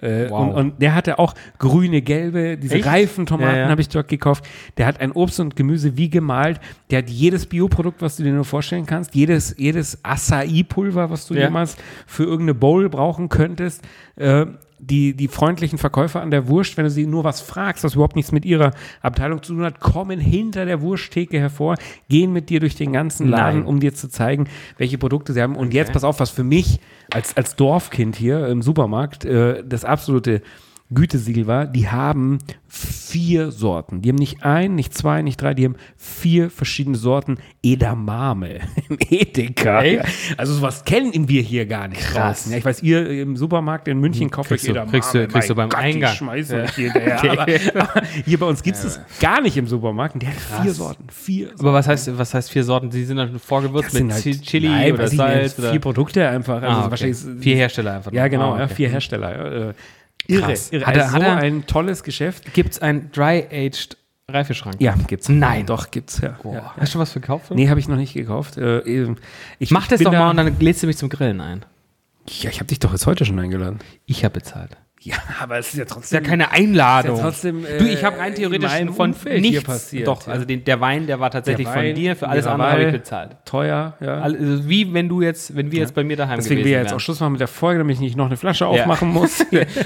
Speaker 1: Äh,
Speaker 2: Wow.
Speaker 1: und, und der hatte auch grüne, gelbe, diese
Speaker 2: Echt?
Speaker 1: reifen Tomaten
Speaker 2: Ja, ja.
Speaker 1: habe ich dort gekauft. Der hat ein Obst und Gemüse wie gemalt. Der hat jedes Bioprodukt, was du dir nur vorstellen kannst. Jedes, jedes Acai-Pulver, was du
Speaker 2: Ja.
Speaker 1: jemals für irgendeine Bowl brauchen könntest. Äh, die, die freundlichen Verkäufer an der Wurst, wenn du sie nur was fragst, was überhaupt nichts mit ihrer Abteilung zu tun hat, kommen hinter der Wursttheke hervor, gehen mit dir durch den ganzen Laden,
Speaker 2: Nein.
Speaker 1: um dir zu zeigen, welche Produkte sie haben. Und jetzt, pass auf, was für mich als, als Dorfkind hier im Supermarkt äh, das absolute Gütesiegel war, die haben vier Sorten. Die haben nicht ein, nicht zwei, nicht drei, die haben vier verschiedene Sorten Edamame im Edeka.
Speaker 2: Echt?
Speaker 1: Also sowas kennen wir hier gar nicht draußen. Ja, ich weiß, ihr im Supermarkt in München kauft
Speaker 2: Hm, Kriegst
Speaker 1: euch
Speaker 2: du-
Speaker 1: Edamame.
Speaker 2: kriegst du- kriegst du
Speaker 1: Mein
Speaker 2: beim Eingang.
Speaker 1: Die schmeißen mich hier hinterher. aber, aber hier bei uns gibt es das gar nicht im Supermarkt. Und der hat vier Sorten. Vier Sorten.
Speaker 2: Aber was heißt, was heißt vier Sorten? Die sind dann vorgewürzt mit Chi- Chili
Speaker 1: halt Nein,
Speaker 2: oder
Speaker 1: weiß ich nicht, also
Speaker 2: Salz oder
Speaker 1: vier Produkte einfach. Also
Speaker 2: Ah, okay.
Speaker 1: wahrscheinlich ist-
Speaker 2: vier Hersteller einfach.
Speaker 1: Ja, genau,
Speaker 2: Ah,
Speaker 1: ja,
Speaker 2: okay.
Speaker 1: vier Hersteller. Äh, irre,
Speaker 2: Krass.
Speaker 1: irre.
Speaker 2: Hat er-
Speaker 1: also
Speaker 2: hat
Speaker 1: so
Speaker 2: er-
Speaker 1: ein tolles Geschäft.
Speaker 2: Gibt's ein Dry-Aged Reifeschrank?
Speaker 1: Ja, gibt's.
Speaker 2: Nein.
Speaker 1: Doch, gibt's, ja.
Speaker 2: Boah.
Speaker 1: ja.
Speaker 2: Hast du schon was verkauft?
Speaker 1: Nee, habe ich noch nicht gekauft. Äh, eben. ich,
Speaker 2: Mach das
Speaker 1: bin
Speaker 2: doch
Speaker 1: da-
Speaker 2: mal und dann lädst du mich zum Grillen ein.
Speaker 1: Ja, ich habe dich doch jetzt heute schon eingeladen.
Speaker 2: Ich habe bezahlt.
Speaker 1: Ja, aber es ist ja trotzdem.
Speaker 2: Ist ja keine Einladung.
Speaker 1: Ist ja trotzdem, äh,
Speaker 2: du, ich habe rein
Speaker 1: in
Speaker 2: theoretisch
Speaker 1: meinem
Speaker 2: von
Speaker 1: Umfeld
Speaker 2: nichts
Speaker 1: hier passiert,
Speaker 2: Doch,
Speaker 1: ja.
Speaker 2: also den, der Wein, der war tatsächlich
Speaker 1: Der Wein,
Speaker 2: von dir. Für alles
Speaker 1: der
Speaker 2: andere habe ich
Speaker 1: Wein.
Speaker 2: bezahlt.
Speaker 1: teuer, ja.
Speaker 2: Also wie wenn du jetzt, wenn wir jetzt bei mir daheim
Speaker 1: Deswegen
Speaker 2: gewesen
Speaker 1: will ja jetzt
Speaker 2: wären.
Speaker 1: auch Schluss machen mit der Folge, damit ich nicht noch eine Flasche aufmachen muss.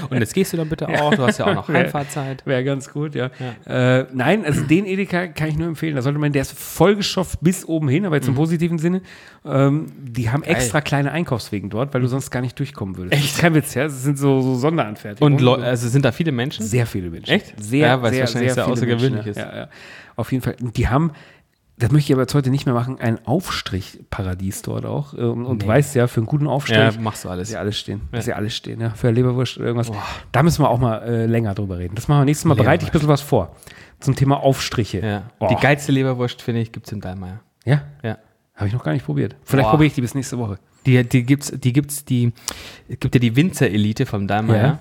Speaker 2: Und jetzt gehst du dann bitte auch. Du hast ja auch noch Heimfahrzeit.
Speaker 1: Wäre ganz gut, ja. Äh, nein, also den Edeka kann ich nur empfehlen. Da sollte man, der ist vollgeschopft bis oben hin, aber jetzt im
Speaker 2: Mhm.
Speaker 1: positiven Sinne. Ähm, die haben extra kleine Einkaufswegen dort, weil du sonst gar nicht durchkommen würdest. Echt? Kein Witz, ja. Es sind so, so Sonderanfertigungen.
Speaker 2: Und Leu- also sind da viele Menschen?
Speaker 1: Sehr viele Menschen.
Speaker 2: Echt?
Speaker 1: Sehr,
Speaker 2: Ja, weil es
Speaker 1: sehr,
Speaker 2: wahrscheinlich
Speaker 1: sehr
Speaker 2: sehr
Speaker 1: viele
Speaker 2: außergewöhnlich
Speaker 1: Menschen,
Speaker 2: ist.
Speaker 1: Ja, ja, ja. Auf jeden Fall. Und die haben, das möchte ich aber jetzt heute nicht mehr machen, ein Aufstrichparadies dort auch. Ähm, Und du weißt ja, für einen guten Aufstrich
Speaker 2: Ja, machst du alles.
Speaker 1: dass sie alle stehen. Dass sie alle stehen, ja. Für Leberwurst oder irgendwas. Da müssen wir auch mal äh, länger drüber reden. Das machen wir nächstes Mal. Bereite ich ein bisschen was vor. Zum Thema Aufstriche.
Speaker 2: Ja.
Speaker 1: Oh.
Speaker 2: Die geilste Leberwurst, finde ich, gibt es im Dallmayr.
Speaker 1: Ja?
Speaker 2: Ja.
Speaker 1: Habe ich noch gar nicht probiert. Vielleicht
Speaker 2: Boah.
Speaker 1: probiere ich die bis nächste Woche.
Speaker 2: Die, die gibt's, die gibt's, die es gibt ja die Winzer-Elite vom Dallmayr.
Speaker 1: Ja. Mhm.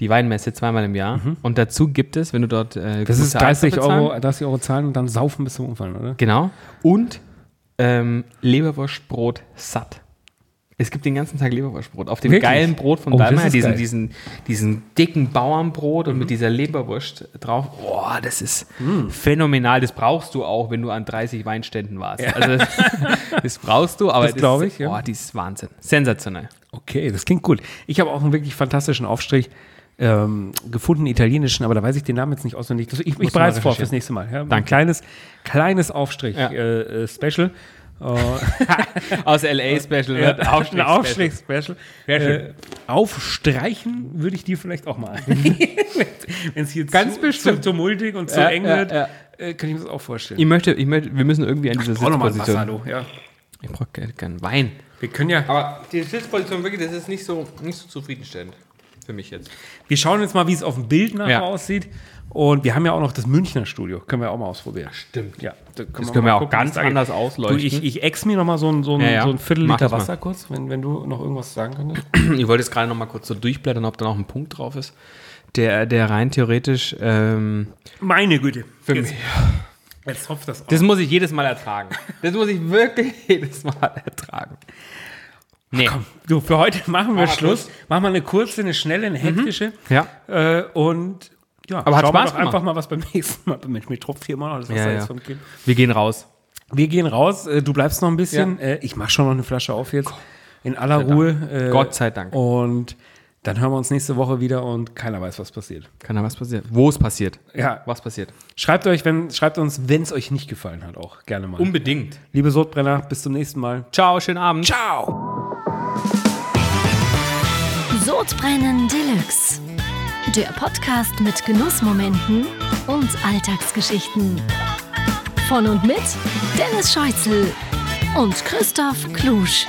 Speaker 2: Die Weinmesse zweimal im Jahr. Und dazu gibt es, wenn du dort. Äh,
Speaker 1: Das ist
Speaker 2: gute Alster
Speaker 1: 30 Euro,
Speaker 2: bezahlen-
Speaker 1: 30 Euro zahlen und dann saufen bis zum Umfallen, oder?
Speaker 2: Genau. Und ähm, Leberwurstbrot satt. Es gibt den ganzen Tag Leberwurstbrot. Auf dem
Speaker 1: Wirklich?
Speaker 2: geilen Brot vom
Speaker 1: Oh, das
Speaker 2: Dallmayr,
Speaker 1: ist
Speaker 2: diesen,
Speaker 1: geil. Mhm.
Speaker 2: diesen, diesen dicken Bauernbrot und mit dieser Leberwurst drauf. Boah, das ist phänomenal. Das brauchst du auch, wenn du an 30 Weinständen warst. Also, das, das brauchst du, aber
Speaker 1: Das glaub ich,
Speaker 2: ist,
Speaker 1: ja.
Speaker 2: boah, die ist Wahnsinn. Sensationell.
Speaker 1: Okay, das klingt gut. Ich habe auch einen wirklich fantastischen Aufstrich ähm, gefunden, italienischen, aber da weiß ich den Namen jetzt nicht auswendig. Das- Ich, ich
Speaker 2: Musst du
Speaker 1: bereite
Speaker 2: mal
Speaker 1: es vor
Speaker 2: recherchieren.
Speaker 1: fürs nächste Mal. Ja? Ein
Speaker 2: Danke.
Speaker 1: kleines, kleines Aufstrich-Special.
Speaker 2: Ja.
Speaker 1: Äh, äh, Special.
Speaker 2: Aus LA Special. Ja,
Speaker 1: Ein
Speaker 2: Aufschlägs
Speaker 1: Aufstrich-Special.
Speaker 2: Sehr schön.
Speaker 1: Äh, aufstreichen würde ich die vielleicht auch mal. Wenn es hier
Speaker 2: Ganz
Speaker 1: zu, zu
Speaker 2: bestimmt.
Speaker 1: tumultig und zu
Speaker 2: Ja,
Speaker 1: eng
Speaker 2: ja,
Speaker 1: wird,
Speaker 2: ja.
Speaker 1: Äh, könnte ich mir das auch vorstellen.
Speaker 2: ich möchte, ich möchte, wir müssen irgendwie an dieser
Speaker 1: Brauch noch mal ein
Speaker 2: Sitzposition.
Speaker 1: Wasser, du, ja.
Speaker 2: Ich brauche keinen Wein.
Speaker 1: Wir können ja,
Speaker 2: Aber die Sitzposition wirklich, das ist nicht so, nicht so zufriedenstellend für mich jetzt.
Speaker 1: wir schauen jetzt mal, wie es auf dem Bild nachher
Speaker 2: Ja.
Speaker 1: aussieht. Und wir haben ja auch noch das Münchner Studio, können wir auch mal ausprobieren.
Speaker 2: Stimmt.
Speaker 1: Ja, da können
Speaker 2: Das
Speaker 1: mal
Speaker 2: können wir auch
Speaker 1: gucken,
Speaker 2: ganz
Speaker 1: was da geht.
Speaker 2: anders ausleuchten.
Speaker 1: Du, ich, ich ex mir noch mal so ein, so ein,
Speaker 2: Ja, ja.
Speaker 1: so ein Viertel
Speaker 2: Mach
Speaker 1: Liter
Speaker 2: das mal.
Speaker 1: Wasser kurz, wenn, wenn du noch irgendwas sagen könntest.
Speaker 2: Ich wollte jetzt gerade noch mal kurz so durchblättern, ob da noch ein Punkt drauf ist, der, der rein theoretisch. Ähm,
Speaker 1: Meine Güte. Für
Speaker 2: Jetzt-
Speaker 1: mich. Jetzt hofft das auch.
Speaker 2: das muss ich jedes Mal ertragen. Das muss ich wirklich jedes Mal ertragen. Nee.
Speaker 1: Komm, du, für heute machen wir
Speaker 2: Machen wir
Speaker 1: Schluss. Machen wir eine kurze, eine schnelle, eine hektische.
Speaker 2: Ja.
Speaker 1: Äh, und ja,
Speaker 2: Aber hat
Speaker 1: schauen wir
Speaker 2: Spaß
Speaker 1: doch
Speaker 2: gemacht.
Speaker 1: einfach mal, was beim nächsten Mal. Mensch, mir tropft hier immer noch das Wasser
Speaker 2: Ja,
Speaker 1: jetzt
Speaker 2: ja.
Speaker 1: vom Kind.
Speaker 2: Wir gehen raus.
Speaker 1: Wir gehen raus. Äh, du bleibst noch ein bisschen. Äh, ich mache schon noch eine Flasche auf jetzt. In aller
Speaker 2: Dank.
Speaker 1: Ruhe. Äh,
Speaker 2: Gott sei Dank.
Speaker 1: Und dann hören wir uns nächste Woche wieder und keiner weiß, was passiert.
Speaker 2: Kann da was passiert? Wo es passiert?
Speaker 1: Ja,
Speaker 2: Was passiert?
Speaker 1: schreibt, euch, wenn, schreibt uns, wenn es euch nicht gefallen hat, auch gerne mal.
Speaker 2: Unbedingt.
Speaker 1: Liebe Sodbrenner, bis zum nächsten Mal.
Speaker 2: Ciao, schönen Abend.
Speaker 1: Ciao!
Speaker 3: So Sodbrennen Deluxe. Der Podcast mit Genussmomenten und Alltagsgeschichten. Von und mit Dennis Scheuzel und Christoph Klusch.